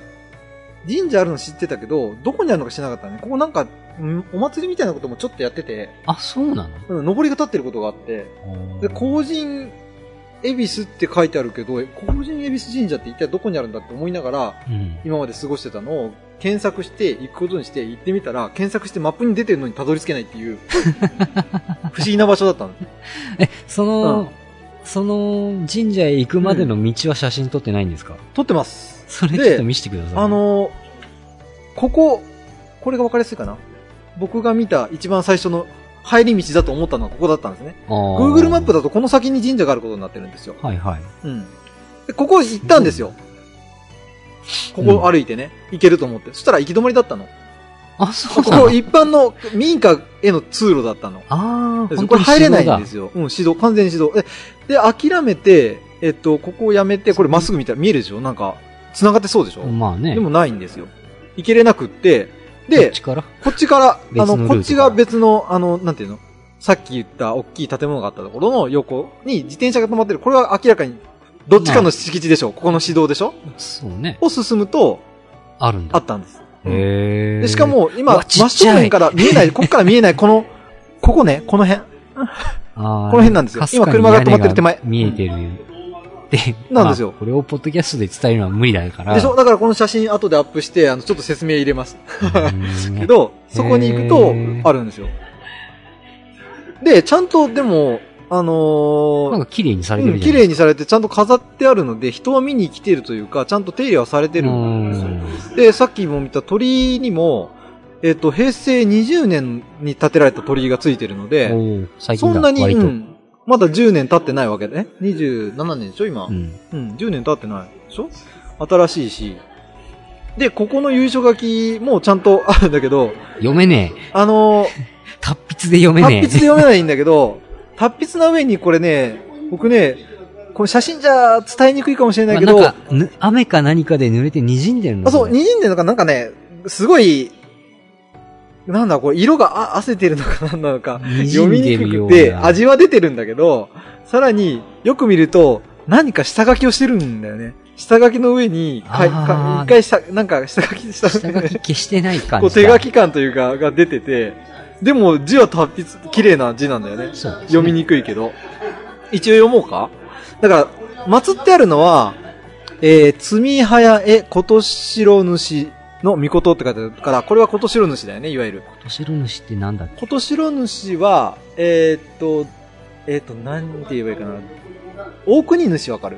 Speaker 1: 神社あるの知ってたけど、どこにあるのか知らなかったね。ここなんか、うんお祭りみたいなこともちょっとやってて、
Speaker 2: あ、そうな
Speaker 1: うん、上りが立ってることがあって、
Speaker 2: の
Speaker 1: で、高人恵比寿って書いてあるけど、高人恵比寿神社って一体どこにあるんだって思いながら、
Speaker 2: うん。
Speaker 1: 今まで過ごしてたのを検索して行くことにして行ってみたら、検索してマップに出てるのにたどり着けないって いう、不思議な場所だったんです。
Speaker 2: え、その、
Speaker 1: うん
Speaker 2: その神社へ行くまでの道は写真撮ってないんですか、
Speaker 1: 撮ってます。
Speaker 2: それ
Speaker 1: で
Speaker 2: ちょっと見せてください。
Speaker 1: あ、のーここ、これが分かりやすいかな。僕が見た一番最初の入り道だと思ったのはここだったんですね。Google マップ
Speaker 2: だ。
Speaker 1: だとこの先に神社があることになってるんですよ。
Speaker 2: はいはい。
Speaker 1: うん。で、ここ行ったんですよ。ここ歩いてね、行けると思って。そしたら行き止まりだった の。
Speaker 2: あ、そ
Speaker 1: こ
Speaker 2: うなの
Speaker 1: こ一般の民家への通路だったの。
Speaker 2: あ
Speaker 1: で
Speaker 2: あ、。
Speaker 1: これ入れないんですすよ。うん、指導、完全に指導。で、で諦めて、えっと、ここをやめて、これまっすぐ見たら見えるでしょなんか、繋がってそうでしょ、
Speaker 2: まあね。
Speaker 1: でもないんですよ。行けれなくって、
Speaker 2: こっ
Speaker 1: で、
Speaker 2: ちから
Speaker 1: こっちから、あ
Speaker 2: 別のルート
Speaker 1: の、
Speaker 2: か
Speaker 1: こっちが別の、あの、なんていうのさっき言った大きい建物があったところの横に自転車が止まってる。これは明らかに、どっちかの敷地でしょう。ここの指導でしょ
Speaker 2: そうね。
Speaker 1: を進むと、
Speaker 2: あるん
Speaker 1: あ
Speaker 2: だ。
Speaker 1: ったんです。
Speaker 2: へえ。
Speaker 1: でしか、も、
Speaker 2: う
Speaker 1: 今、
Speaker 2: わち
Speaker 1: 真
Speaker 2: っちゃい
Speaker 1: 正面から見え ない、こっから見えない、この、ここね、この辺、
Speaker 2: この
Speaker 1: この辺なんですよ今車が止まってる手前
Speaker 2: 見えてる。で、
Speaker 1: なんですよ
Speaker 2: まあこれをポッドキャストで伝えるのは無理だから。
Speaker 1: でしょだからこの写真後でアップして、あの、ちょっと説明入れます。
Speaker 2: うん
Speaker 1: けど、そこに行くと
Speaker 2: へー、
Speaker 1: あるんですよ。で、ちゃんと、でも、あのー
Speaker 2: なんか綺麗にされて
Speaker 1: う
Speaker 2: る
Speaker 1: ん、
Speaker 2: じ
Speaker 1: 綺
Speaker 2: ゃない
Speaker 1: 麗にされて、ちゃんと飾ってあるので、人は見に来ているというか、ちゃんと手入れはされてるんですよ。で、さっきも見た鳥にも、えっ、と、平成20年に建てられた鳥居がついてるの
Speaker 2: お
Speaker 1: で、
Speaker 2: ー最
Speaker 1: そ
Speaker 2: 近だ、
Speaker 1: んなに、
Speaker 2: 割
Speaker 1: う
Speaker 2: と。
Speaker 1: んまだ10年経ってないわけでね。27年でしょ、今。
Speaker 2: うん。
Speaker 1: うん、10年経ってないでしょ新しいし。で、ここの優勝書きもちゃんとあるんだけど、
Speaker 2: 読めね
Speaker 1: あのー
Speaker 2: え。達筆で読め
Speaker 1: 達
Speaker 2: ね
Speaker 1: 筆で
Speaker 2: え。
Speaker 1: 読めないんだけど、達筆な上にこれね、僕ね、これ写真じゃ伝えにくいかもしれないけど、
Speaker 2: まあなんか、ぬ雨か何かで濡れて滲んでるの
Speaker 1: あ、そう、滲んでるのか、なんかね、すごい、なんだ、これ、色があ汗てるのか、なんなのか、読
Speaker 2: 滲
Speaker 1: み
Speaker 2: んで
Speaker 1: に
Speaker 2: るよ
Speaker 1: く
Speaker 2: う
Speaker 1: く
Speaker 2: な
Speaker 1: て、味は出てるんだけど、さらに、よく見ると、何か下書きをしてるんだよね。下書きの上に、かいか
Speaker 2: あー
Speaker 1: 一回下、なんか下書きした、
Speaker 2: 下書き消してない感じだ。
Speaker 1: こう手書き感というか、が出てて、でも字は達筆、綺麗な字なんだよね。
Speaker 2: そうですね
Speaker 1: 読みにくいけど。 一応読もうかだから、祀ってあるのは、えー、罪早えことしろ主の御事って書いてあるから、これはことしろ主だよね、いわゆる。
Speaker 2: 年の主ってなんだっけ
Speaker 1: ことしろ主は、えー、っと、えー、っと、なんて言えばいいかな。大国主わかる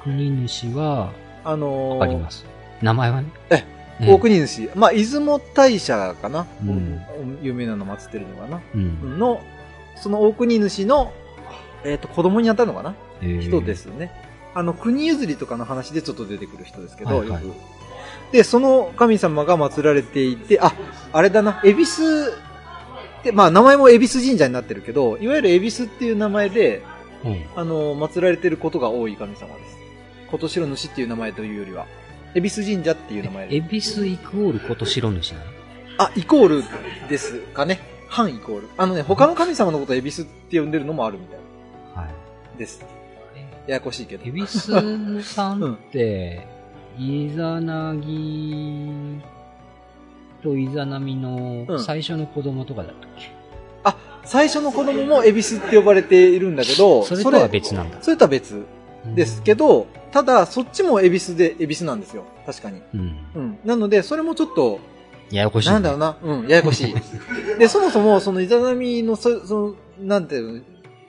Speaker 2: 大国主は、
Speaker 1: あのー
Speaker 2: わかります。名前はね。
Speaker 1: え
Speaker 2: え
Speaker 1: 大国主。まあ、出雲大社かな、
Speaker 2: うん
Speaker 1: 有名なの祀ってるのかな
Speaker 2: うん。
Speaker 1: の、その大国主の、えっ、と、子供に当たるのかな、
Speaker 2: えー
Speaker 1: 人で。すね。あの、国譲りとかの話でちょっと出てくる人ですけど、
Speaker 2: はいはい
Speaker 1: よく。で、その神様が祀られていて、あ、あれだな、恵比寿って、まあ名前も恵比寿神社になってるけど、いわゆる恵比寿っていう名前で、
Speaker 2: うん。
Speaker 1: あの、祀られてることが多い神様です。琴城主っていう名前というよりは、恵比寿神社っていう名前
Speaker 2: え
Speaker 1: で
Speaker 2: 恵比寿イコールこと白主なの
Speaker 1: あ、イコールですかね。半イコール。あのね、他の神様のことを恵比寿って呼んでるのもあるみたい
Speaker 2: はい。
Speaker 1: です。ややこしいけど
Speaker 2: 恵。比寿さんって、イザナギとイザナミ
Speaker 1: う
Speaker 2: の
Speaker 1: ん
Speaker 2: 最初の子供とかだったっけ、
Speaker 1: 最初の子供も恵比寿って呼ばれているんだけど、
Speaker 2: それとは別なんだ。
Speaker 1: それとは別ですけど、ただ、そっちも恵比寿で、恵比寿なんですよ。確かに。
Speaker 2: うん。うん。
Speaker 1: うん。なので、それもちょっと、
Speaker 2: ややこしい、ね。
Speaker 1: なんだろうな。うん、ややこしい。 で、そもそも、そのイザナミの、そその、なんていうの、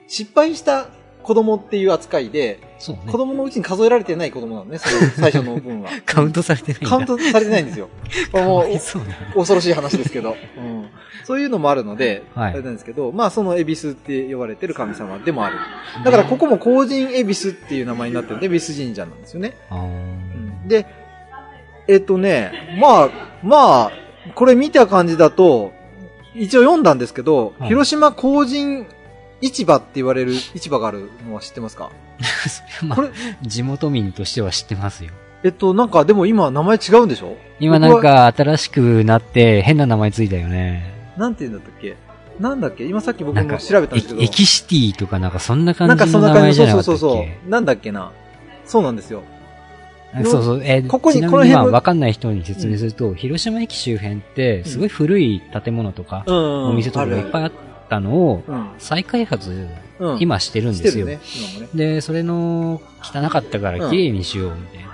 Speaker 1: 失敗した子供っていう扱いで、
Speaker 2: そうね
Speaker 1: 子。供のうちに数えられてない子供なのね、その最初の 分は。
Speaker 2: カウントされてないんだ。
Speaker 1: カウントされてないんですよ。これも
Speaker 2: かわいそうだね
Speaker 1: お恐ろしい話ですけど、うん、そういうのもあるので、
Speaker 2: はい
Speaker 1: あれなんですけど、まあその恵比寿って呼ばれてる神様でもある。だからここも公人恵比寿っていう名前になってるんで、恵比寿神社なんですよね。
Speaker 2: あー
Speaker 1: うんで、えっとね、まあ、まあ、これ見た感じだと、一応読んだんですけど、
Speaker 2: はい
Speaker 1: 広島公人市場って言われる市場があるのは知ってますか
Speaker 2: それはま
Speaker 1: こ
Speaker 2: あ
Speaker 1: れ、
Speaker 2: 地元民としては知ってますよ。
Speaker 1: えっと、なんかでも今名前違うんでしょ
Speaker 2: 今なんか新しくなって変な名前ついたよね。
Speaker 1: なんて言うんだったっけなんだっけ今さっき僕
Speaker 2: なん
Speaker 1: も
Speaker 2: か、
Speaker 1: 調べたんですけど。
Speaker 2: エエキシティとかなんかそんな感
Speaker 1: なんか
Speaker 2: じ
Speaker 1: そ
Speaker 2: の
Speaker 1: んな
Speaker 2: 名
Speaker 1: 感
Speaker 2: 前
Speaker 1: じ、そ
Speaker 2: じゃ
Speaker 1: う
Speaker 2: な
Speaker 1: そ
Speaker 2: か
Speaker 1: う
Speaker 2: った
Speaker 1: そ
Speaker 2: っ
Speaker 1: う
Speaker 2: け
Speaker 1: そう。なんだっけな。そうなんですよ。
Speaker 2: そうそう。えー
Speaker 1: ここに
Speaker 2: ちな
Speaker 1: この
Speaker 2: み
Speaker 1: 辺
Speaker 2: にまあ
Speaker 1: も
Speaker 2: わかんない人に説明すると、広島駅周辺って、すごい古い建物とか、
Speaker 1: うん。
Speaker 2: お店とかがいっぱいあったのを、
Speaker 1: うん。
Speaker 2: 再開発、
Speaker 1: うん。
Speaker 2: 今してるん
Speaker 1: し
Speaker 2: で
Speaker 1: て
Speaker 2: す
Speaker 1: る
Speaker 2: よ。
Speaker 1: ね。今もね。
Speaker 2: で、それの、汚かったから綺麗にしよう、みたいな。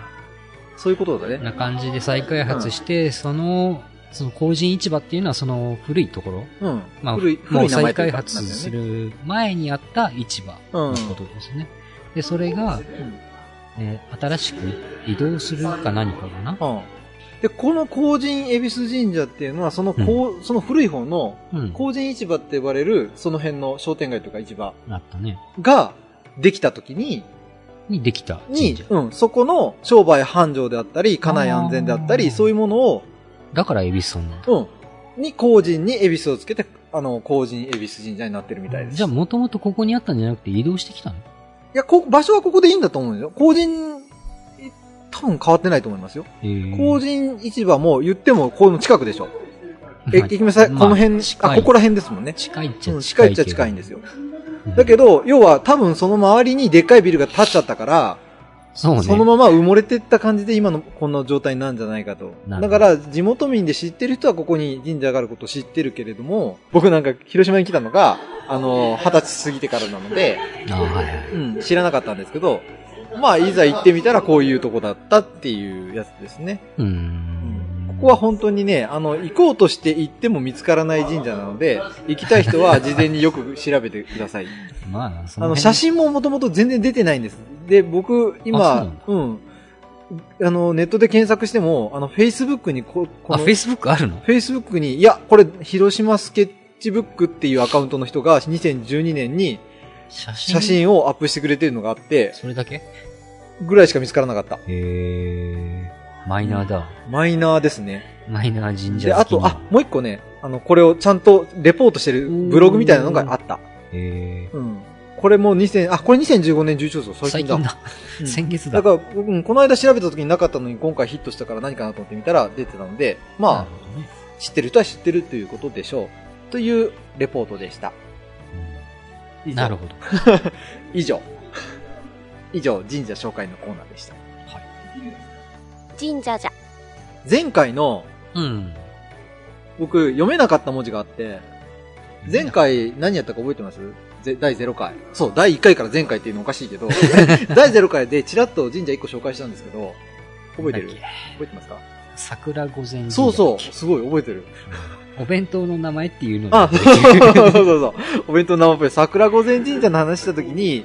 Speaker 1: そういうことだね。
Speaker 2: な感じで再開発して、その、その工人市場っていうのはその古いところ、
Speaker 1: うん。
Speaker 2: まあ、
Speaker 1: 古い、古
Speaker 2: もう
Speaker 1: い名前とい
Speaker 2: 再開
Speaker 1: うかなん
Speaker 2: 発
Speaker 1: だよね
Speaker 2: する前にあった市場のことですね。で、それが、えー新しく移動するか何かかな。
Speaker 1: うん。うん。で、この高人恵比寿神社っていうのは、その高、その古い方の、
Speaker 2: うん。
Speaker 1: 高人市場って呼ばれる、その辺の商店街とか市場
Speaker 2: あったね。
Speaker 1: が、できた時に、
Speaker 2: にできた神
Speaker 1: に
Speaker 2: 社、。
Speaker 1: うん、そこの商売繁盛であったり、家内安全であった
Speaker 2: あ
Speaker 1: り、
Speaker 2: ー
Speaker 1: そういうものを、
Speaker 2: だから、エビスなんだ。
Speaker 1: うん。に、後人に恵比寿をつけて、あの、後人恵比寿神社になってるみたいです。
Speaker 2: じゃあ、
Speaker 1: い
Speaker 2: もともとここにあったんじゃなくて移動してきたの
Speaker 1: や、こ、場所はここでいいんだと思うんですよ。後人、い多分変わってないと思いますよ。
Speaker 2: えー
Speaker 1: 後人市場も言っても、この近くでしょ。え、
Speaker 2: まあ
Speaker 1: 駅めさ、こ
Speaker 2: まあ
Speaker 1: の辺、
Speaker 2: 近
Speaker 1: あ、
Speaker 2: い
Speaker 1: ここら辺ですもんね。
Speaker 2: 近いっち
Speaker 1: う
Speaker 2: ゃ
Speaker 1: ん、近
Speaker 2: 近い。
Speaker 1: いっちゃ近いんですすよ。だけ
Speaker 2: ど、
Speaker 1: ど、要は多分その周りにでっかいビルが建っちゃったから、
Speaker 2: そうね。
Speaker 1: そのまま埋もれてった感じで今のこんな状態なんじゃないかと。
Speaker 2: なる
Speaker 1: だ
Speaker 2: ほ
Speaker 1: か
Speaker 2: ど
Speaker 1: ら地元民で知ってる人はここに神社があることを知ってるけれども、僕なんか広島に来たのが、あの、二十歳過ぎてからなので、
Speaker 2: あーはいはい。
Speaker 1: うん、知らなかったんですけど、まあいざ行ってみたらこういうとこだったっていうやつですね。
Speaker 2: うー
Speaker 1: こ
Speaker 2: ん。
Speaker 1: こは本当にね、あの、行こうとして行っても見つからない神社なので、行きたい人は事前によく調べてください。
Speaker 2: まあ、
Speaker 1: あ
Speaker 2: そ
Speaker 1: の、
Speaker 2: 辺
Speaker 1: 写真ももともと全然出てないんです。で、僕、
Speaker 2: あ
Speaker 1: 今、うん。あの、ネットで検索しても、あの、Facebook にこ、こ
Speaker 2: あ、
Speaker 1: の、
Speaker 2: Facebook あるの
Speaker 1: Facebook に、いや、これ、広島スケッチブックっていうアカウントの人が2012年に
Speaker 2: 写真
Speaker 1: 写真をアップしてくれてるのがあって、
Speaker 2: それだけ
Speaker 1: ぐらいしか見つからなかった。
Speaker 2: へえー、マイナーだ。
Speaker 1: マイナーですね。
Speaker 2: マイナー神
Speaker 1: で、
Speaker 2: 社
Speaker 1: あ
Speaker 2: 好き
Speaker 1: と、
Speaker 2: な
Speaker 1: あ、もう一個ね、あの、これをちゃんとレポートしてるブログみたいなのがあった。
Speaker 2: へ
Speaker 1: うん。これも2000、あ、これ2015年11月、
Speaker 2: ー、
Speaker 1: 最
Speaker 2: 最
Speaker 1: 近だ
Speaker 2: 近。だ。
Speaker 1: うん
Speaker 2: 先月
Speaker 1: だ
Speaker 2: だ。
Speaker 1: から、うんこの間調べた時になかったのに今回ヒットしたから何かなと思ってみたら出てたので、
Speaker 2: な
Speaker 1: ま
Speaker 2: る
Speaker 1: あ、
Speaker 2: ほどね
Speaker 1: 知ってる人は知ってるということでしょう。というレポートでした。以
Speaker 2: うん
Speaker 1: 上
Speaker 2: なるほど。
Speaker 1: 以上。以上、神社紹介のコーナーでした。
Speaker 3: 神社じゃ。
Speaker 1: 前回の、
Speaker 2: うん。
Speaker 1: 僕、読めなかった文字があって、前回何やったか覚えてますぜ第0回。そう、第1回から前回っていうのおかしいけど、 第0回でチラッと神社1個紹介したんですけど、覚えてる
Speaker 2: なんだっ
Speaker 1: 覚えてますか
Speaker 2: け桜御前神社
Speaker 1: そうそう、すごい覚え てる。
Speaker 2: お弁当の名前っていうの
Speaker 1: あ、
Speaker 2: が
Speaker 1: そうそうそう。お弁当の名前、桜御前神社の話したときに、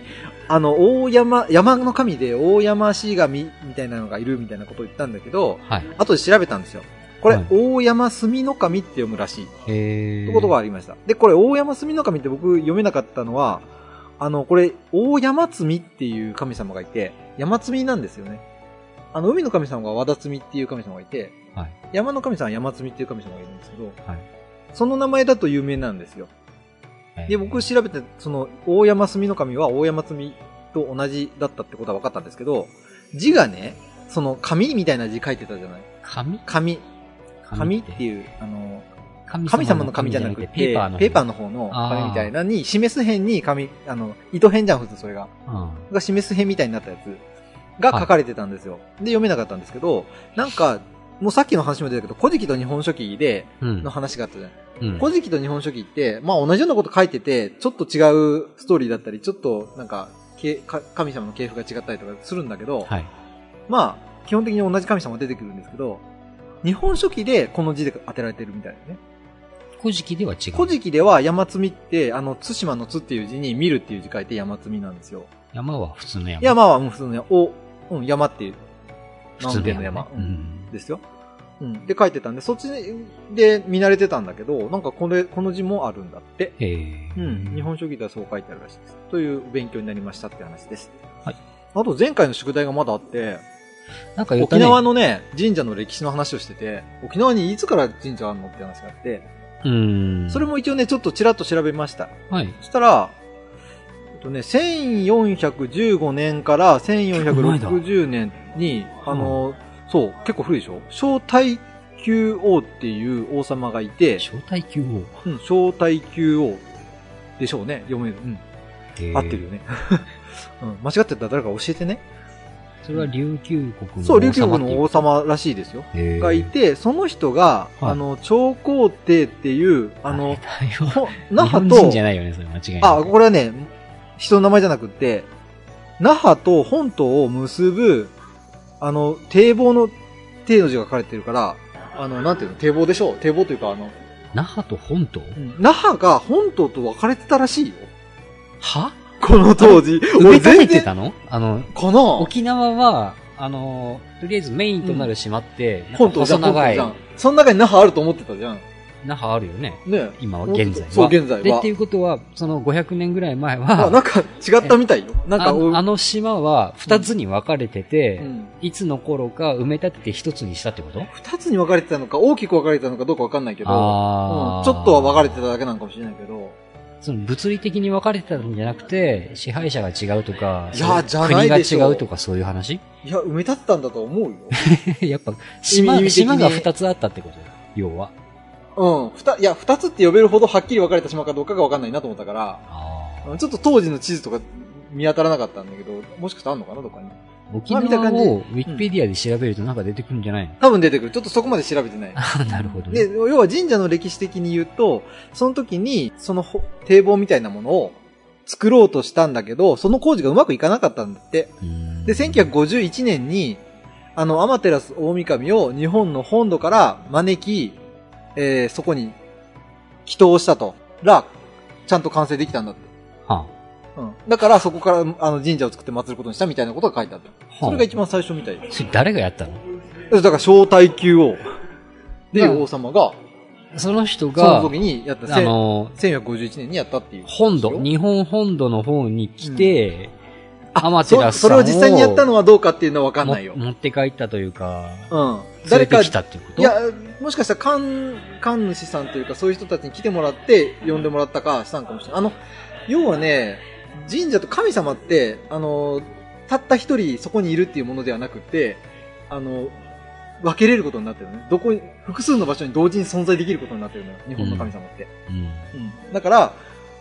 Speaker 1: あの、大山、山の神で大山氏神みたいなのがいるみたいなことを言ったんだけど、
Speaker 2: はい。
Speaker 1: 後で調べたんですよ。これ、
Speaker 2: はい
Speaker 1: 大山住の神って読むらしい。っ
Speaker 2: え
Speaker 1: て
Speaker 2: ー。
Speaker 1: ことがありました。で、これ、大山住の神って僕読めなかったのは、あの、これ、大山積っていう神様がいて、山積なんですよね。あの、海の神様が和田積っていう神様がいて、
Speaker 2: はい。
Speaker 1: 山の神様は山積っていう神様がいるんですけど、
Speaker 2: はい
Speaker 1: その名前だと有名なんですよ。
Speaker 2: えー
Speaker 1: で、僕調べて、その、大山住の神は大山積と同じだったってことは分かったんですけど、字がね、その、神みたいな字書いてたじゃない
Speaker 2: 紙
Speaker 1: 神。神っていう、あの、神様の神じゃなくて、ペーパーの
Speaker 2: ペーパーの。
Speaker 1: 方の
Speaker 2: あー
Speaker 1: 神みたいなに、示す辺に神、あの、糸辺じゃん、普通それが。
Speaker 2: うん
Speaker 1: が示す辺みたいになったやつが書かれてたんですよ。で、読めなかったんですけど、なんか、もうさっきの話も出たけど、古事記と日本書紀で、
Speaker 2: うん
Speaker 1: の話があったじゃない
Speaker 2: うん。
Speaker 1: 古事記と日本書紀って、まあ同じようなこと書いてて、ちょっと違うストーリーだったり、ちょっとなんか、けか神様の系譜が違ったりとかするんだけど、
Speaker 2: はい。
Speaker 1: まあ、基本的に同じ神様が出てくるんですけど、日本書紀でこの字で当てられてるみたいだよね。
Speaker 2: 古事記では違う。
Speaker 1: 古事記では山積みって、あの、津島の津っていう字に見るっていう字書いて山積みなんですよ。
Speaker 2: 山は普通の山。
Speaker 1: 山はうん普通の山、お、うん、山っていう、
Speaker 2: 普通
Speaker 1: 南米の
Speaker 2: の
Speaker 1: 山
Speaker 2: 山。。うん。
Speaker 1: ですよ。うん。で書いてたんで、そっちで見慣れてたんだけど、なんかこれ、この字もあるんだって。
Speaker 2: へえ。
Speaker 1: うん、日本書紀ではそう書いてあるらしいです。という勉強になりましたって話です。
Speaker 2: はい。
Speaker 1: あと前回の宿題がまだあって、
Speaker 2: なんか言った
Speaker 1: 沖
Speaker 2: ね。
Speaker 1: 縄のね、神社の歴史の話をしてて、沖縄にいつから神社あるのって話があって、
Speaker 2: うん。
Speaker 1: それ。も一応ね、ちょっとちらっと調べました。
Speaker 2: はい。
Speaker 1: そしたら、えっとね、1415年から1460年に、あの、そう、結構古いでしょ正体級王っていう王様がいて、
Speaker 2: 招待級を。
Speaker 1: うん、正体級王でしょうね、読める。うん。
Speaker 2: へー
Speaker 1: 合ってるよ。ね。 うん、間違ってたら誰か教えてね。
Speaker 2: それは琉球国の王様ってい。
Speaker 1: そう、琉球国の王様らしいですよ。
Speaker 2: へー
Speaker 1: がい。て、その人が、
Speaker 2: はい
Speaker 1: あの、長皇帝っていう、あ
Speaker 2: あ
Speaker 1: の
Speaker 2: れ、だよ
Speaker 1: ほ那
Speaker 2: 日
Speaker 1: 覇
Speaker 2: 本人
Speaker 1: と
Speaker 2: じ、ゃないよね、それ間違いない。
Speaker 1: あ、これはね、人の名前じゃなくって、那覇と本島を結ぶ、あの、堤防の、堤の字が書かれてるから、あの、なんていうの、堤防でしょう堤防というか、あの、
Speaker 2: 那覇と本島
Speaker 1: うん那覇が本島と分かれてたらしいよ。
Speaker 2: は
Speaker 1: この当時。
Speaker 2: 埋め立ててたのあの、
Speaker 1: かな
Speaker 2: 沖縄は、あの、とりあえずメインとなる島って、なんか
Speaker 1: 本島じゃ
Speaker 2: 細
Speaker 1: ん、本
Speaker 2: 長
Speaker 1: 島
Speaker 2: い
Speaker 1: じゃん。その中に那覇あると思ってたじゃん。ね
Speaker 2: 那覇あるよね。
Speaker 1: え。
Speaker 2: 今は、現在は。
Speaker 1: そう、現在
Speaker 2: で、
Speaker 1: は
Speaker 2: ってい。うことは、その500年ぐらい前
Speaker 1: あ、
Speaker 2: は、
Speaker 1: なんか違ったみたいよ。なんか、
Speaker 2: あ
Speaker 1: お
Speaker 2: のあの島は2つに分かれてて、
Speaker 1: うん
Speaker 2: いつの頃か埋め立てて1つにしたってこと
Speaker 1: 二つに分かれてたのか、大きく分かれてたのかどうか分かんないけど、うん
Speaker 2: あー
Speaker 1: ちょっとは分かれてただけなのかもしれないけど、
Speaker 2: その物理的に分かれてたんじゃなくて、支配者が違うとか、
Speaker 1: いやじゃないでしょ
Speaker 2: 国が違うとかそういう話
Speaker 1: いや、埋め立てたんだと思うよ。
Speaker 2: やっぱ
Speaker 1: 意味意味的
Speaker 2: 島、
Speaker 1: に
Speaker 2: 島が2つあったってことだ。要は。
Speaker 1: うん、ふた、いや、二つって呼べるほどはっきり分かれた島かどうかが分かんないなと思ったから、
Speaker 2: あー
Speaker 1: うんちょっと当時の地図とか見当たらなかったんだけど、もしかしたらあんのかな、どっかに。
Speaker 2: 沖
Speaker 1: まあ見た
Speaker 2: 縄
Speaker 1: 感じ
Speaker 2: をウィキペディアで調べるとなんか出てくるんじゃないの、
Speaker 1: 多分出てくる。ちょっとそこまで調べてない。
Speaker 2: あ なるほどね。
Speaker 1: で、要は神社の歴史的に言うと、その時に、そのほ堤防みたいなものを作ろうとしたんだけど、その工事がうまくいかなかったんだって。
Speaker 2: うん
Speaker 1: で、1951年に、あの、アマテラス大神を日本の本土から招き、えー、そこに祈祷したと。ら、ちゃんと完成できたんだって。
Speaker 2: は
Speaker 1: うん。だからそこからあの神社を作って祀ることにしたみたいなことが書いてあった。
Speaker 2: あ
Speaker 1: それが一番最初みたいです。
Speaker 2: それ誰がやったの
Speaker 1: だから招待級を。で、
Speaker 2: うん
Speaker 1: 王様が、
Speaker 2: その人
Speaker 1: そ
Speaker 2: が、
Speaker 1: の時にやった、
Speaker 2: あの、
Speaker 1: せん1451年にやったっていう。
Speaker 2: 本土、
Speaker 1: に。
Speaker 2: 日本本土の方に来て、アマテ
Speaker 1: そ
Speaker 2: ラスさ
Speaker 1: そ
Speaker 2: ん
Speaker 1: れを実際にやったの
Speaker 2: は
Speaker 1: はどうかっていうのはわかんないよ。
Speaker 2: 持って帰ったというか、
Speaker 1: うん。
Speaker 2: 連
Speaker 1: 誰
Speaker 2: れて
Speaker 1: か、
Speaker 2: き
Speaker 1: い
Speaker 2: たっていうこと
Speaker 1: や、もしかしたら、神、神主さんというか、そういう人たちに来てもらって、呼んでもらったかしたんかもしれない。あの、要はね、神社と神様って、あの、たった一人そこにいるっていうものではなくて、あの、分けれることになってるのね。どこに、複数の場所に同時に存在できることになってるのよ。日本の神様って。
Speaker 2: うん
Speaker 1: だから、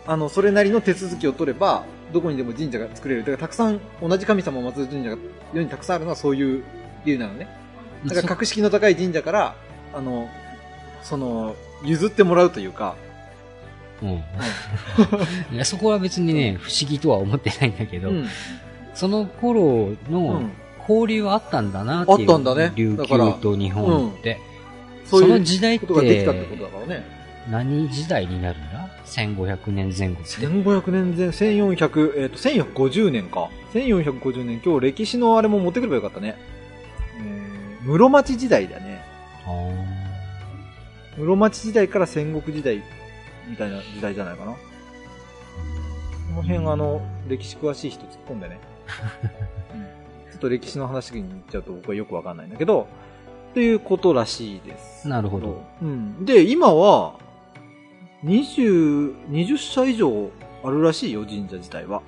Speaker 1: あの、それなりの手続きを取れば、どこにでも神社が作れる。だから、たくさん、同じ神様を祀る神社が世にたくさんあるのはそういう理由なのね。だから、格式の高い神社から、あの、その、譲ってもらうというか、
Speaker 2: うん いやそこは別にね、不思議とは思ってないんだけど、
Speaker 1: うん。
Speaker 2: その頃
Speaker 1: う
Speaker 2: の
Speaker 1: ん。
Speaker 2: 交流はあったんだなっていう。
Speaker 1: あったんだね
Speaker 2: 琉
Speaker 1: だから
Speaker 2: 球と日本って。
Speaker 1: そう
Speaker 2: そ
Speaker 1: い
Speaker 2: の
Speaker 1: う
Speaker 2: 時代っ
Speaker 1: ことができたって
Speaker 2: て
Speaker 1: ことだからね。
Speaker 2: 何時代になるんだ ?1500 年前後って。
Speaker 1: 1500年前、1400、えっ、と、1450年か。1450年、今日歴史のあれも持ってくればよかったね。えー室町時代だね。
Speaker 2: あー
Speaker 1: 室町時代から戦国時代みたいな時代じゃないかな。この辺、あの、歴史詳しい人突っ込ん でね。うんちょっと歴史の話に行っちゃうと僕はよくわかんないんだけど、ということらしいです。
Speaker 2: なるほど。
Speaker 1: うん。で、今は、20、20社以上あるらしいよ、神社自体は。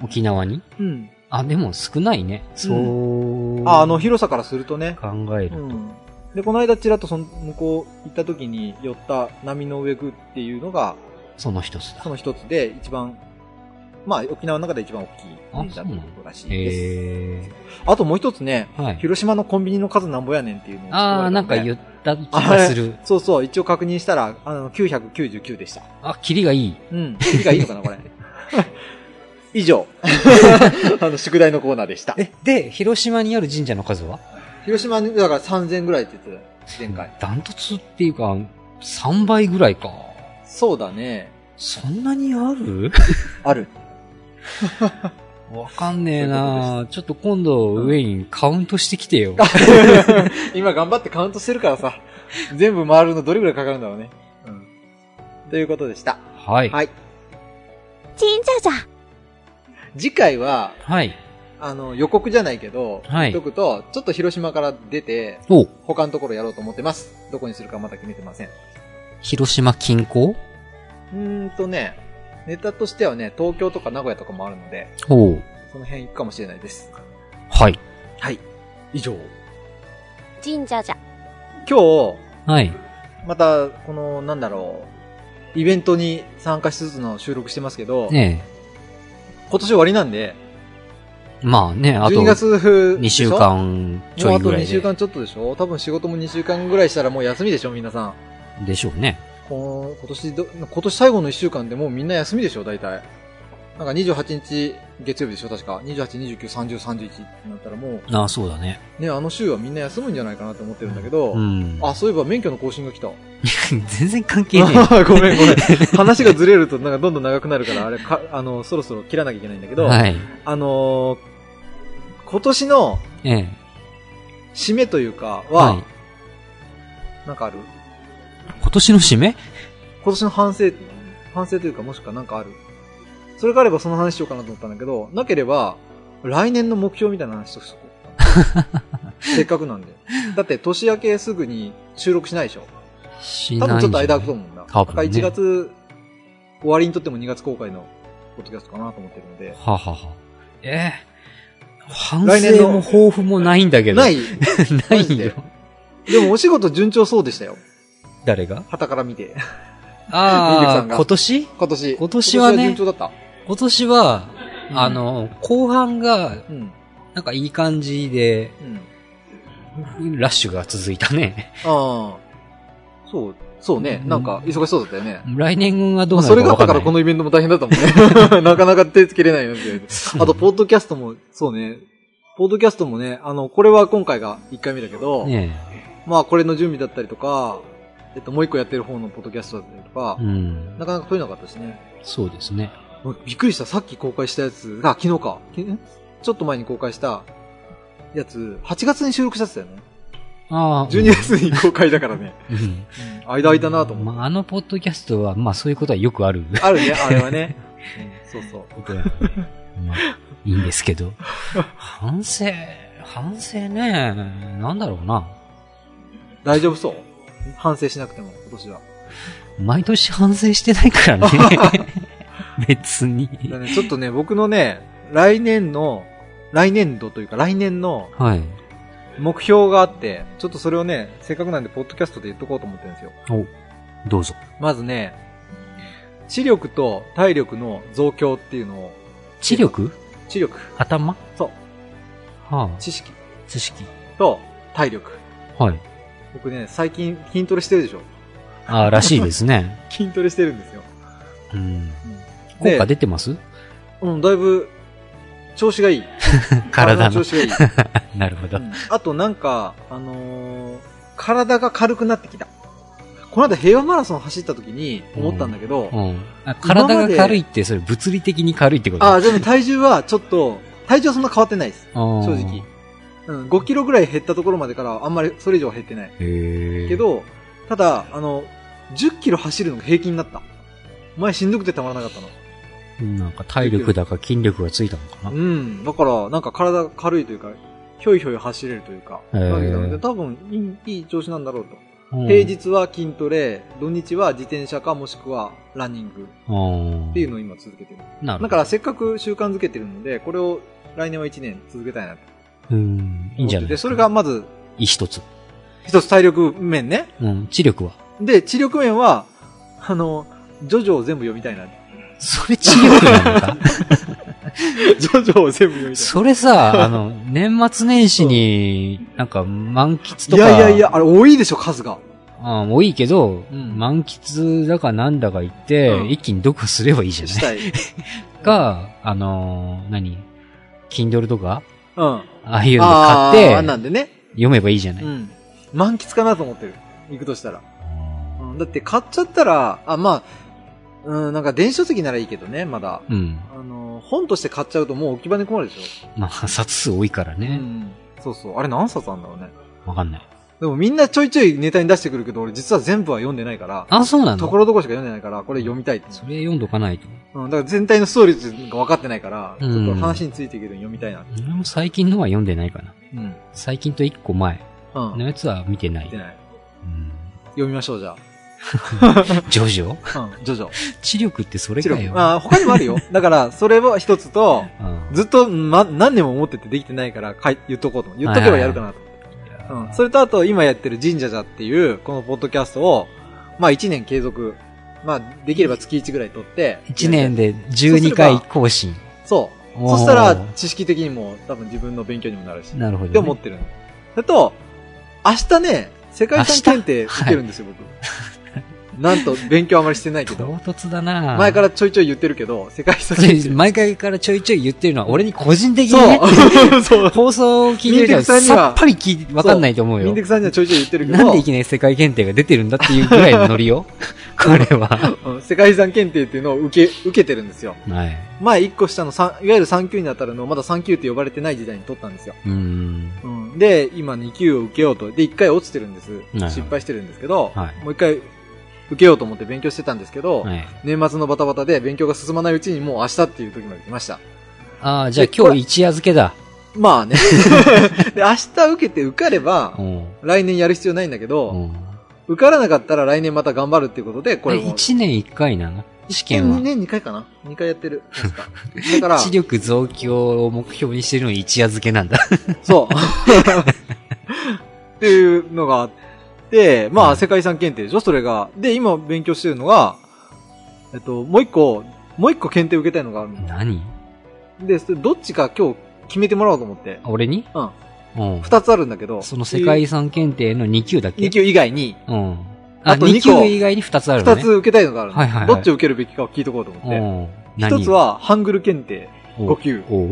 Speaker 2: 沖縄に
Speaker 1: うん。
Speaker 2: あ、でも少ないね。そう。
Speaker 1: あ、あの、広さからするとね。
Speaker 2: 考える
Speaker 1: う
Speaker 2: と。
Speaker 1: ん。で、この間ちらっとその向こう行った時に寄った波の上宮っていうのが、
Speaker 2: その一つだ
Speaker 1: そ。の一つで一番、まあ、沖縄の中で一番大きい神社ということらしいです。
Speaker 2: え
Speaker 1: あともう一つね、
Speaker 2: ー、はい。
Speaker 1: 広島のコンビニの数なんぼやねんっていうのを
Speaker 2: ああ、なんか言
Speaker 1: 言
Speaker 2: った気がする。
Speaker 1: そうそう、一応確認したら、あの、999でした。
Speaker 2: あ、キリがいい。
Speaker 1: うん。いいがいいのかな、これ。 以上。 あの、宿題のコーナーでした。
Speaker 2: え、で、広島にある神社の数は
Speaker 1: 広島に、だから3000ぐらいって言ってたよ、前回。
Speaker 2: ダントツっていうか、3倍ぐらいか。
Speaker 1: そうだね。
Speaker 2: そんなにある
Speaker 1: ある。
Speaker 2: わかんねえなちょっと今度、ウェイン、カウントしてきてよ。
Speaker 1: 今頑張ってカウントしてるからさ、全部回るのどれぐらいかかるんだろうね。うん。ということでした。
Speaker 2: はい。
Speaker 1: はい。
Speaker 3: 金じゃじゃ。
Speaker 1: 次回は、
Speaker 2: はい。
Speaker 1: あの、予告じゃないけど、
Speaker 2: はい
Speaker 1: 言っとくと、ちょっと広島から出て、
Speaker 2: お、
Speaker 1: 他のところやろうと思ってます。どこにするかまだ決めてません。
Speaker 2: 広島近郊
Speaker 1: うーんとね、ネタとしてはね、東京とか名古屋とかもあるので、
Speaker 2: おう
Speaker 1: その辺行くかもしれないです。
Speaker 2: はい。
Speaker 1: はい。以上。
Speaker 3: 金じゃじゃ。
Speaker 1: 今日、
Speaker 2: はい。
Speaker 1: また、この、なんだろう、イベントに参加しつつの収録してますけど、
Speaker 2: ね
Speaker 1: 今年終わりなんで、
Speaker 2: え。まあね、あと
Speaker 1: 12月
Speaker 2: 2
Speaker 1: 2
Speaker 2: 週間ち
Speaker 1: も
Speaker 2: ょ
Speaker 1: う
Speaker 2: い
Speaker 1: あと
Speaker 2: ぐら
Speaker 1: 2
Speaker 2: い
Speaker 1: 週
Speaker 2: で。
Speaker 1: 間ちょっとでしょ多分仕事も2週間ぐらいしたらもう休みでしょ皆さん。
Speaker 2: でしょうね。
Speaker 1: この今年ど、今年最後の1週間でもうみんな休みでしょ大体。なんか28日月曜日でしょ確か。28、29、30、31ってなったらも
Speaker 2: ああ、そうだね。
Speaker 1: う、ね、あの週はみんな休むんじゃないかなと思ってるんだけど、
Speaker 2: うん。
Speaker 1: あ、そういえば免許の更新が来た。
Speaker 2: 全然関係ね え。
Speaker 1: ごめんごめん。話がずれるとなんかどんどん長くなるから、あれか、あの、そろそろ切らなきゃいけないんだけど、
Speaker 2: はい。
Speaker 1: あのー今年の
Speaker 2: ええ。
Speaker 1: 締めというかは、
Speaker 2: はい。
Speaker 1: なんかある
Speaker 2: 今年の締め
Speaker 1: 今年の反省、反省というかもしくはなんかある。それがあればその話しようかなと思ったんだけど、なければ、来年の目標みたいな話としとこ う。せっかくなんで。だって年明けすぐに収録しないでしょ。
Speaker 2: し
Speaker 1: 多
Speaker 2: ない
Speaker 1: 分
Speaker 2: んじ
Speaker 1: ち
Speaker 2: ゃ
Speaker 1: ょっと
Speaker 2: ない
Speaker 1: 間空くと思うんだ。
Speaker 2: 多
Speaker 1: だ
Speaker 2: 分ね
Speaker 1: から1月終わりにとっても2月公開のポッドキャストかなと思ってるので。
Speaker 2: ははは。ええ反
Speaker 1: 来年
Speaker 2: 省
Speaker 1: の
Speaker 2: も抱負もないんだけど。
Speaker 1: な
Speaker 2: ないい
Speaker 1: マジ
Speaker 2: よ
Speaker 1: で。でもお仕事順調そうでしたよ。
Speaker 2: 誰が
Speaker 1: 旗から見て。ミルク
Speaker 2: あ
Speaker 1: さん
Speaker 2: あ、
Speaker 1: が
Speaker 2: 今年
Speaker 1: 今年。
Speaker 2: 今年はね
Speaker 1: 今順調だっ
Speaker 2: 今年は、
Speaker 1: うん
Speaker 2: あの、後半が、
Speaker 1: た。うん。
Speaker 2: なんかいい感じで、
Speaker 1: うん。
Speaker 2: ラッシュが続いたね。
Speaker 1: ああ。そう、そうね。
Speaker 2: うん
Speaker 1: なんか、忙しそうだったよね。
Speaker 2: 来年はど
Speaker 1: まあ
Speaker 2: うな
Speaker 1: それ
Speaker 2: る
Speaker 1: が
Speaker 2: か
Speaker 1: あ
Speaker 2: わ
Speaker 1: っ
Speaker 2: か
Speaker 1: た
Speaker 2: ん
Speaker 1: か
Speaker 2: ない。
Speaker 1: らこのイベントも大変だったもんね。 なかなか手つけれないよね。あと、ポッドキャストも、そうね。ポッドキャストもね、あの、これは今回が1回目だけど、
Speaker 2: ね
Speaker 1: まあ、これの準備だったりとか、えっと、もう一個やってる方のポッドキャストだったりとか
Speaker 2: え。う、ん。
Speaker 1: なかなか取れなかったしね。
Speaker 2: そうですね。
Speaker 1: もうびっくりした。さっき公開したやつ、あ、昨日か。きんちょっと前に公開したやつ、8月に収録したやつだよね。
Speaker 2: ああ。
Speaker 1: 12月に公開だからね。
Speaker 2: うん。
Speaker 1: 間空いたなと思って。
Speaker 2: まあ、あのポッドキャストは、まあそういうことはよくある
Speaker 1: あるね、あれは ね。うんそうそう。
Speaker 2: ことなので、 まあ、いいんですけど。反省、反省ね、なんだろうな。
Speaker 1: 大丈夫そう反省しなくても、今年は。
Speaker 2: 毎年反省してないから ね。別に。
Speaker 1: だね、ちょっとね、僕のね、来年の、来年度というか来年の
Speaker 2: はい。
Speaker 1: 目標があって、ちょっとそれをね、せっかくなんで、ポッドキャストで言っとこうと思ってるんですよ。
Speaker 2: お、どうぞ。
Speaker 1: まずね、視力と体力の増強っていうのを、
Speaker 2: 知力
Speaker 1: 知力、
Speaker 2: 頭
Speaker 1: そう、
Speaker 2: はあ、
Speaker 1: 知識
Speaker 2: 知識。
Speaker 1: と体力。
Speaker 2: はい。
Speaker 1: 僕ね、最近筋トレしてるでしょ
Speaker 2: ああ、らしいですね。
Speaker 1: 筋トレしてるんですよ。
Speaker 2: うん。効
Speaker 1: で
Speaker 2: 果出てます
Speaker 1: うん、だいぶ、調子がいい。
Speaker 2: 体の
Speaker 1: 調。子がいい。
Speaker 2: なるほど
Speaker 1: う。んあとなんか、あのー体が軽くなってきた。この間平和マラソン走った時に思ったんだけど、
Speaker 2: うん。あ体が軽いって、それ物理的に軽いってこと
Speaker 1: ああ、でも体重はちょっと、体重はそんな変わってないです。正
Speaker 2: 正
Speaker 1: 直。。うん、5キロぐらい減ったところまでからあんまりそれ以上は減ってない。
Speaker 2: へえ。
Speaker 1: け、ど、ただ、あの、10キロ走るのが平均になった。前しんどくてたまらなかったの。
Speaker 2: なんか体力だか筋力がついたのかな。
Speaker 1: うん。だから、なんか体が軽いというか、ひょいひょい走れるというか、
Speaker 2: へー
Speaker 1: なんかね多分いい、いい調子なんだろうと。
Speaker 2: うん
Speaker 1: 平。日は筋トレ、土日は自転車かもしくはランニング
Speaker 2: っ
Speaker 1: っていうのを今続けてる。
Speaker 2: なる
Speaker 1: だ
Speaker 2: ほど
Speaker 1: からせっかく習慣づけてるので、これを来年は1年続けたいなと思って。
Speaker 2: うん。いいんじゃない
Speaker 1: で、それが、まず、
Speaker 2: いい一つ。
Speaker 1: 一つ体力面ね。
Speaker 2: うん。知力は。
Speaker 1: で、知力面は、あの、ジョジョを全部読みたい な。
Speaker 2: それ知力なのか
Speaker 1: ジョジョを全部読みた
Speaker 2: それさ、あの、年末年始に、なんか、満喫と
Speaker 1: い。い
Speaker 2: か。
Speaker 1: やいやいや、あれ多いでしょ、数が。
Speaker 2: あもういいけど、
Speaker 1: うん
Speaker 2: 満喫だかなんだか言って、
Speaker 1: うん
Speaker 2: 一気に読破すればいいじゃ
Speaker 1: し
Speaker 2: ない
Speaker 1: たい。
Speaker 2: か、あのー何 Kindle とか
Speaker 1: うん。あ
Speaker 2: ああいうの
Speaker 1: あ
Speaker 2: 買
Speaker 1: ー、
Speaker 2: っ
Speaker 1: な
Speaker 2: て、
Speaker 1: んでね。
Speaker 2: 読めばいいじゃない、
Speaker 1: うん。満喫かなと思ってる。行くとしたら。うん、だって買っちゃったら、あ、まあ、うん、なんか電子書籍ならいいけどね、まだ。
Speaker 2: うん。
Speaker 1: あの、本として買っちゃうともう置き場に困るでし
Speaker 2: まあ、冊数多いから
Speaker 1: ょ。う
Speaker 2: ね。
Speaker 1: ん。そうそう。あれ何冊あんだろうね。
Speaker 2: わかんない。
Speaker 1: でもみんなちょいちょいネタに出してくるけど、俺実は全部は読んでないから、
Speaker 2: あ、そうな
Speaker 1: と
Speaker 2: の
Speaker 1: ころどころしか読んでないから、これ読みたいって。
Speaker 2: それ読んどかないと。
Speaker 1: うん。だから全体のストーリーが分かってないから、ち
Speaker 2: うん
Speaker 1: ょっと話についていけるように読みたいな。
Speaker 2: 俺も最近のは読んでないかな。
Speaker 1: うん。
Speaker 2: 最近と一個前
Speaker 1: うん。
Speaker 2: のやつは見てない。
Speaker 1: 見てない。
Speaker 2: うん
Speaker 1: 読みましょう、じゃ
Speaker 2: ジョジョ
Speaker 1: あ。うん。ジョジョ。
Speaker 2: 知力ってそれ
Speaker 1: チ
Speaker 2: か
Speaker 1: ロ君
Speaker 2: よ。
Speaker 1: まあ、他にもある よ。だから、それを一つと、
Speaker 2: うん
Speaker 1: ずっと、ま、何年も思っててできてないから、かい言っとこうと思う。言っとけばやるかなと思って。うん。それとあと、今やってる神社じゃっていう、このポッドキャストを、まあ1年継続。まあ、できれば月1ぐらい撮って。
Speaker 2: 一年で12回更新。
Speaker 1: そう。
Speaker 2: おー
Speaker 1: そしたら、知識的にも、多分自分の勉強にもなるし。っ
Speaker 2: なるほどね。
Speaker 1: て思ってるの。それと、明日ね、世界遺産検定
Speaker 2: 明日
Speaker 1: 受けるんですよ、僕。なんと、勉強あまりしてないけ
Speaker 2: 唐
Speaker 1: ど。
Speaker 2: 突だな
Speaker 1: 前からちょいちょい言ってるけど、世界遺産
Speaker 2: それ
Speaker 1: 検定。
Speaker 2: 毎回からちょいちょい言ってるのは、俺に個人的にね、
Speaker 1: そう。そう。
Speaker 2: 放送を聞いてる人
Speaker 1: ミンテ
Speaker 2: は
Speaker 1: クさんには
Speaker 2: さっぱり聞いわかんないと思う
Speaker 1: ミン
Speaker 2: よ
Speaker 1: テ。クさんにはちょいちょい言ってるけど。
Speaker 2: なんでいきなり世界検定が出てるんだっていうぐらいのノ リよ。これは。
Speaker 1: うん世界遺産検定っていうのを受け、受けてるんですよ。
Speaker 2: はい。
Speaker 1: 前1個下の三いわゆる3級に当たるのをまだ3級って呼ばれてない時代に取ったんですよ。
Speaker 2: うーん。
Speaker 1: うん、で、今2級を受けようと。で、1回落ちてるんです。
Speaker 2: ど
Speaker 1: 失敗してるんですけど、
Speaker 2: はい
Speaker 1: もう1回受けようと思って勉強してたんですけど、
Speaker 2: はい。
Speaker 1: 年末のバタバタで勉強が進まないうちにもう明日っていう時まで来ました。
Speaker 2: ああ、じゃあ
Speaker 1: でこれ
Speaker 2: 今日一夜漬けだ。
Speaker 1: まあね。 で、明日受けて受かれば
Speaker 2: う、ん。
Speaker 1: 来年やる必要ないんだけ
Speaker 2: う
Speaker 1: ど、
Speaker 2: ん
Speaker 1: 受からなかったら来年また頑張るっていうことで、こ
Speaker 2: こ
Speaker 1: れ
Speaker 2: れ
Speaker 1: も。
Speaker 2: 1年1回なの試験は。
Speaker 1: 年2回かな ?2 回やってる。確 かだから、
Speaker 2: 知力増強を目標にしてるのに一夜漬けなんだ。
Speaker 1: そう。 っていうのがあって、まあ、世界遺産検定でしょそれが。で、今勉強してるのが、えっと、もう一個、もう一個検定受けたいのがあるの。
Speaker 2: 何
Speaker 1: で、それどっちか今日決めてもらおうと思って。
Speaker 2: 俺に
Speaker 1: うん。
Speaker 2: うん。
Speaker 1: 二つあるんだけど。
Speaker 2: その世界遺産検定の2級だっけ
Speaker 1: 二級以外に、
Speaker 2: うん。あ、
Speaker 1: あと
Speaker 2: 2
Speaker 1: 二個
Speaker 2: 級以外に2つあるの
Speaker 1: 二
Speaker 2: ね。
Speaker 1: つ受けたいのがあるの。
Speaker 2: はいはいは
Speaker 1: ど
Speaker 2: い
Speaker 1: っちを受けるべきかを聞いとこうと思って。
Speaker 2: うん。
Speaker 1: 一つは、ハングル検定
Speaker 2: お
Speaker 1: 5級。
Speaker 2: お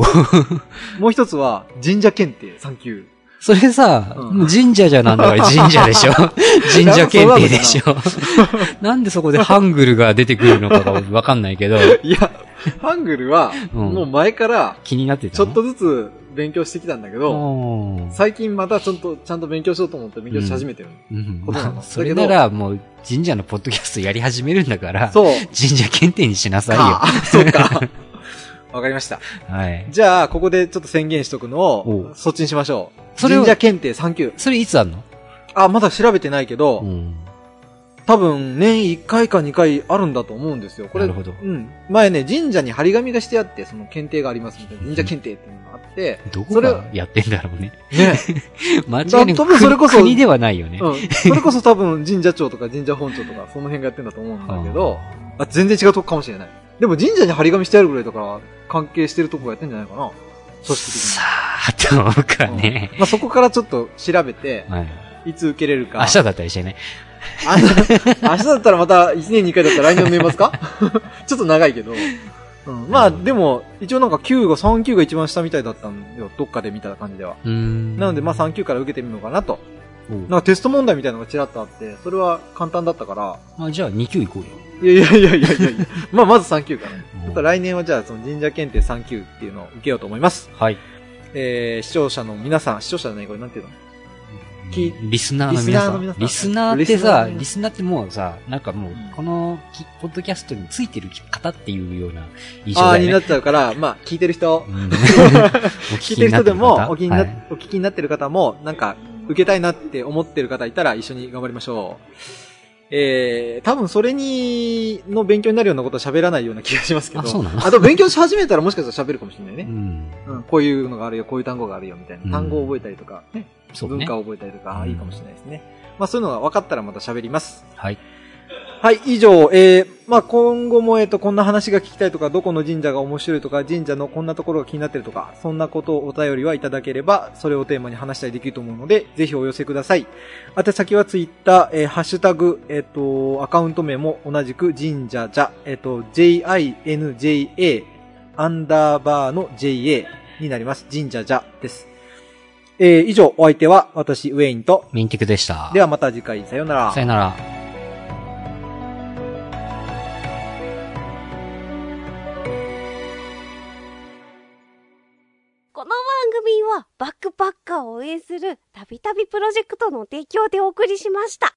Speaker 1: もう一つは、神社検定3級。
Speaker 2: それさ、
Speaker 1: うん
Speaker 2: もう神社じゃなんだから神社でしょ。神社検定でしょ。 なんでそこでハングルが出てくるのかがわかんない けど、
Speaker 1: いや、ハングルは、
Speaker 2: うん
Speaker 1: もう前から、
Speaker 2: 気になってた
Speaker 1: ちょ
Speaker 2: の
Speaker 1: っとずつ勉強してきたんだけど、
Speaker 2: うん
Speaker 1: 最近またちょっと、ちゃんと勉強しようと思って勉強し始めてる。
Speaker 2: うん
Speaker 1: ことなの
Speaker 2: まあそれな
Speaker 1: だ
Speaker 2: らもう神社のポッドキャストやり始めるんだから、
Speaker 1: そう。
Speaker 2: 神社検定にしなさいよ。
Speaker 1: か。 そうか。わかりました。
Speaker 2: はい。
Speaker 1: じゃあ、ここでちょっと宣言しとくの
Speaker 2: お
Speaker 1: を、
Speaker 2: う
Speaker 1: そっちにしましょう。
Speaker 2: それを
Speaker 1: 神社検定3級。
Speaker 2: それいつあんの
Speaker 1: あ、まだ調べてないけど、
Speaker 2: うん。
Speaker 1: 多分年1回か2回あるんだと思うんですよ。これ、
Speaker 2: なるほど
Speaker 1: うん。前ね、神社に張り紙がしてあって、その検定がありますみたいな、神社検定っていうのがあって、
Speaker 2: どこ
Speaker 1: それ
Speaker 2: がやってんだろ うね。
Speaker 1: ね、
Speaker 2: 間違いな
Speaker 1: 多
Speaker 2: く
Speaker 1: 分それこそ
Speaker 2: 国国ではないよね。
Speaker 1: うん。それこそ多分神社庁とか神社本庁とか、その辺がやってんだと思うんだけど、あ全然違うとこかもしれない。でも神社に張り紙してあるぐらいだから、関係してるとこがやってんじゃないかな。組織的に。
Speaker 2: さあ、どうかね。
Speaker 1: うんまあ、そこからちょっと調べて、
Speaker 2: はい。
Speaker 1: いつ受けれるか。
Speaker 2: 明日だったりしてね。
Speaker 1: あの明日だったらまた1年に1回だったら来年の見えますか ちょっと長いけど。うん、まあ、でも、一応なんか9が、3級が一番下みたいだったんよ。どっかで見た感じでは。
Speaker 2: うーん。
Speaker 1: なので、まあ3級から受けてみようかなと。
Speaker 2: うん
Speaker 1: なんかテスト問題みたいなのがちらっとあって、それは簡単だったから、
Speaker 2: あじゃあ2級行こうよ。
Speaker 1: いやいやいやいやいやいやまあ、まず3級から。ちょっと
Speaker 2: うん
Speaker 1: 来年はじゃあ、その神社検定3級っていうのを受けようと思います。
Speaker 2: はい。
Speaker 1: えー、視聴者の皆さん、視聴者じゃないこれなんていうのき
Speaker 2: リスナーの皆さん。リ
Speaker 1: リ
Speaker 2: ス
Speaker 1: ス
Speaker 2: ナ
Speaker 1: ナーの皆さん
Speaker 2: ーっ
Speaker 1: リ
Speaker 2: てさ、
Speaker 1: スナーの皆さん
Speaker 2: リスナーってもうさ、なんかもう
Speaker 1: うん、
Speaker 2: このき、ポッドキャストについてる方っていうような印象
Speaker 1: ああ、
Speaker 2: だ
Speaker 1: に
Speaker 2: よ
Speaker 1: な
Speaker 2: ね。
Speaker 1: っちゃうから、まあ、聞いてる 人
Speaker 2: う、んお
Speaker 1: 聞いてる人でも、お気にな、
Speaker 2: はい
Speaker 1: お聞きになってる方も、なんか、受けたいなって思ってる方いたら一緒に頑張りましょう。えー、多分それに、の勉強になるようなことは喋らないような気がしますけど。
Speaker 2: あそうなの
Speaker 1: あと勉強し始めたらもしかしたら喋るかもしれないうね。
Speaker 2: ん。
Speaker 1: うん、こういうのがあるよ、こういう単語があるよ、みたい
Speaker 2: うん
Speaker 1: な。単語を覚えたりとか、ね、
Speaker 2: そう
Speaker 1: 文
Speaker 2: ね
Speaker 1: 化。を覚えたりとか、あ
Speaker 2: う
Speaker 1: ー
Speaker 2: ん
Speaker 1: いいかもしれないですね。まあそういうのが分かったらまた喋ります。
Speaker 2: はい。
Speaker 1: はい、以上、えー、まあ今後も、えっ、と、こんな話が聞きたいとか、どこの神社が面白いとか、神社のこんなところが気になってるとか、そんなことをお便りはいただければ、それをテーマに話したりできると思うので、ぜひお寄せください。宛先はツイッター、えー、ハッシュタグ、えっ、と、アカウント名も同じく神社じゃ、えっ、と、jinja、アンダーバーの ja になります。神社じゃです。えー、以上、お相手は私、ウェインと、
Speaker 2: ミンティクでした。
Speaker 1: ではまた次回、さようなら。
Speaker 2: さよなら。
Speaker 3: この番組はバックパッカーを応援するたびたびプロジェクトの提供でお送りしました。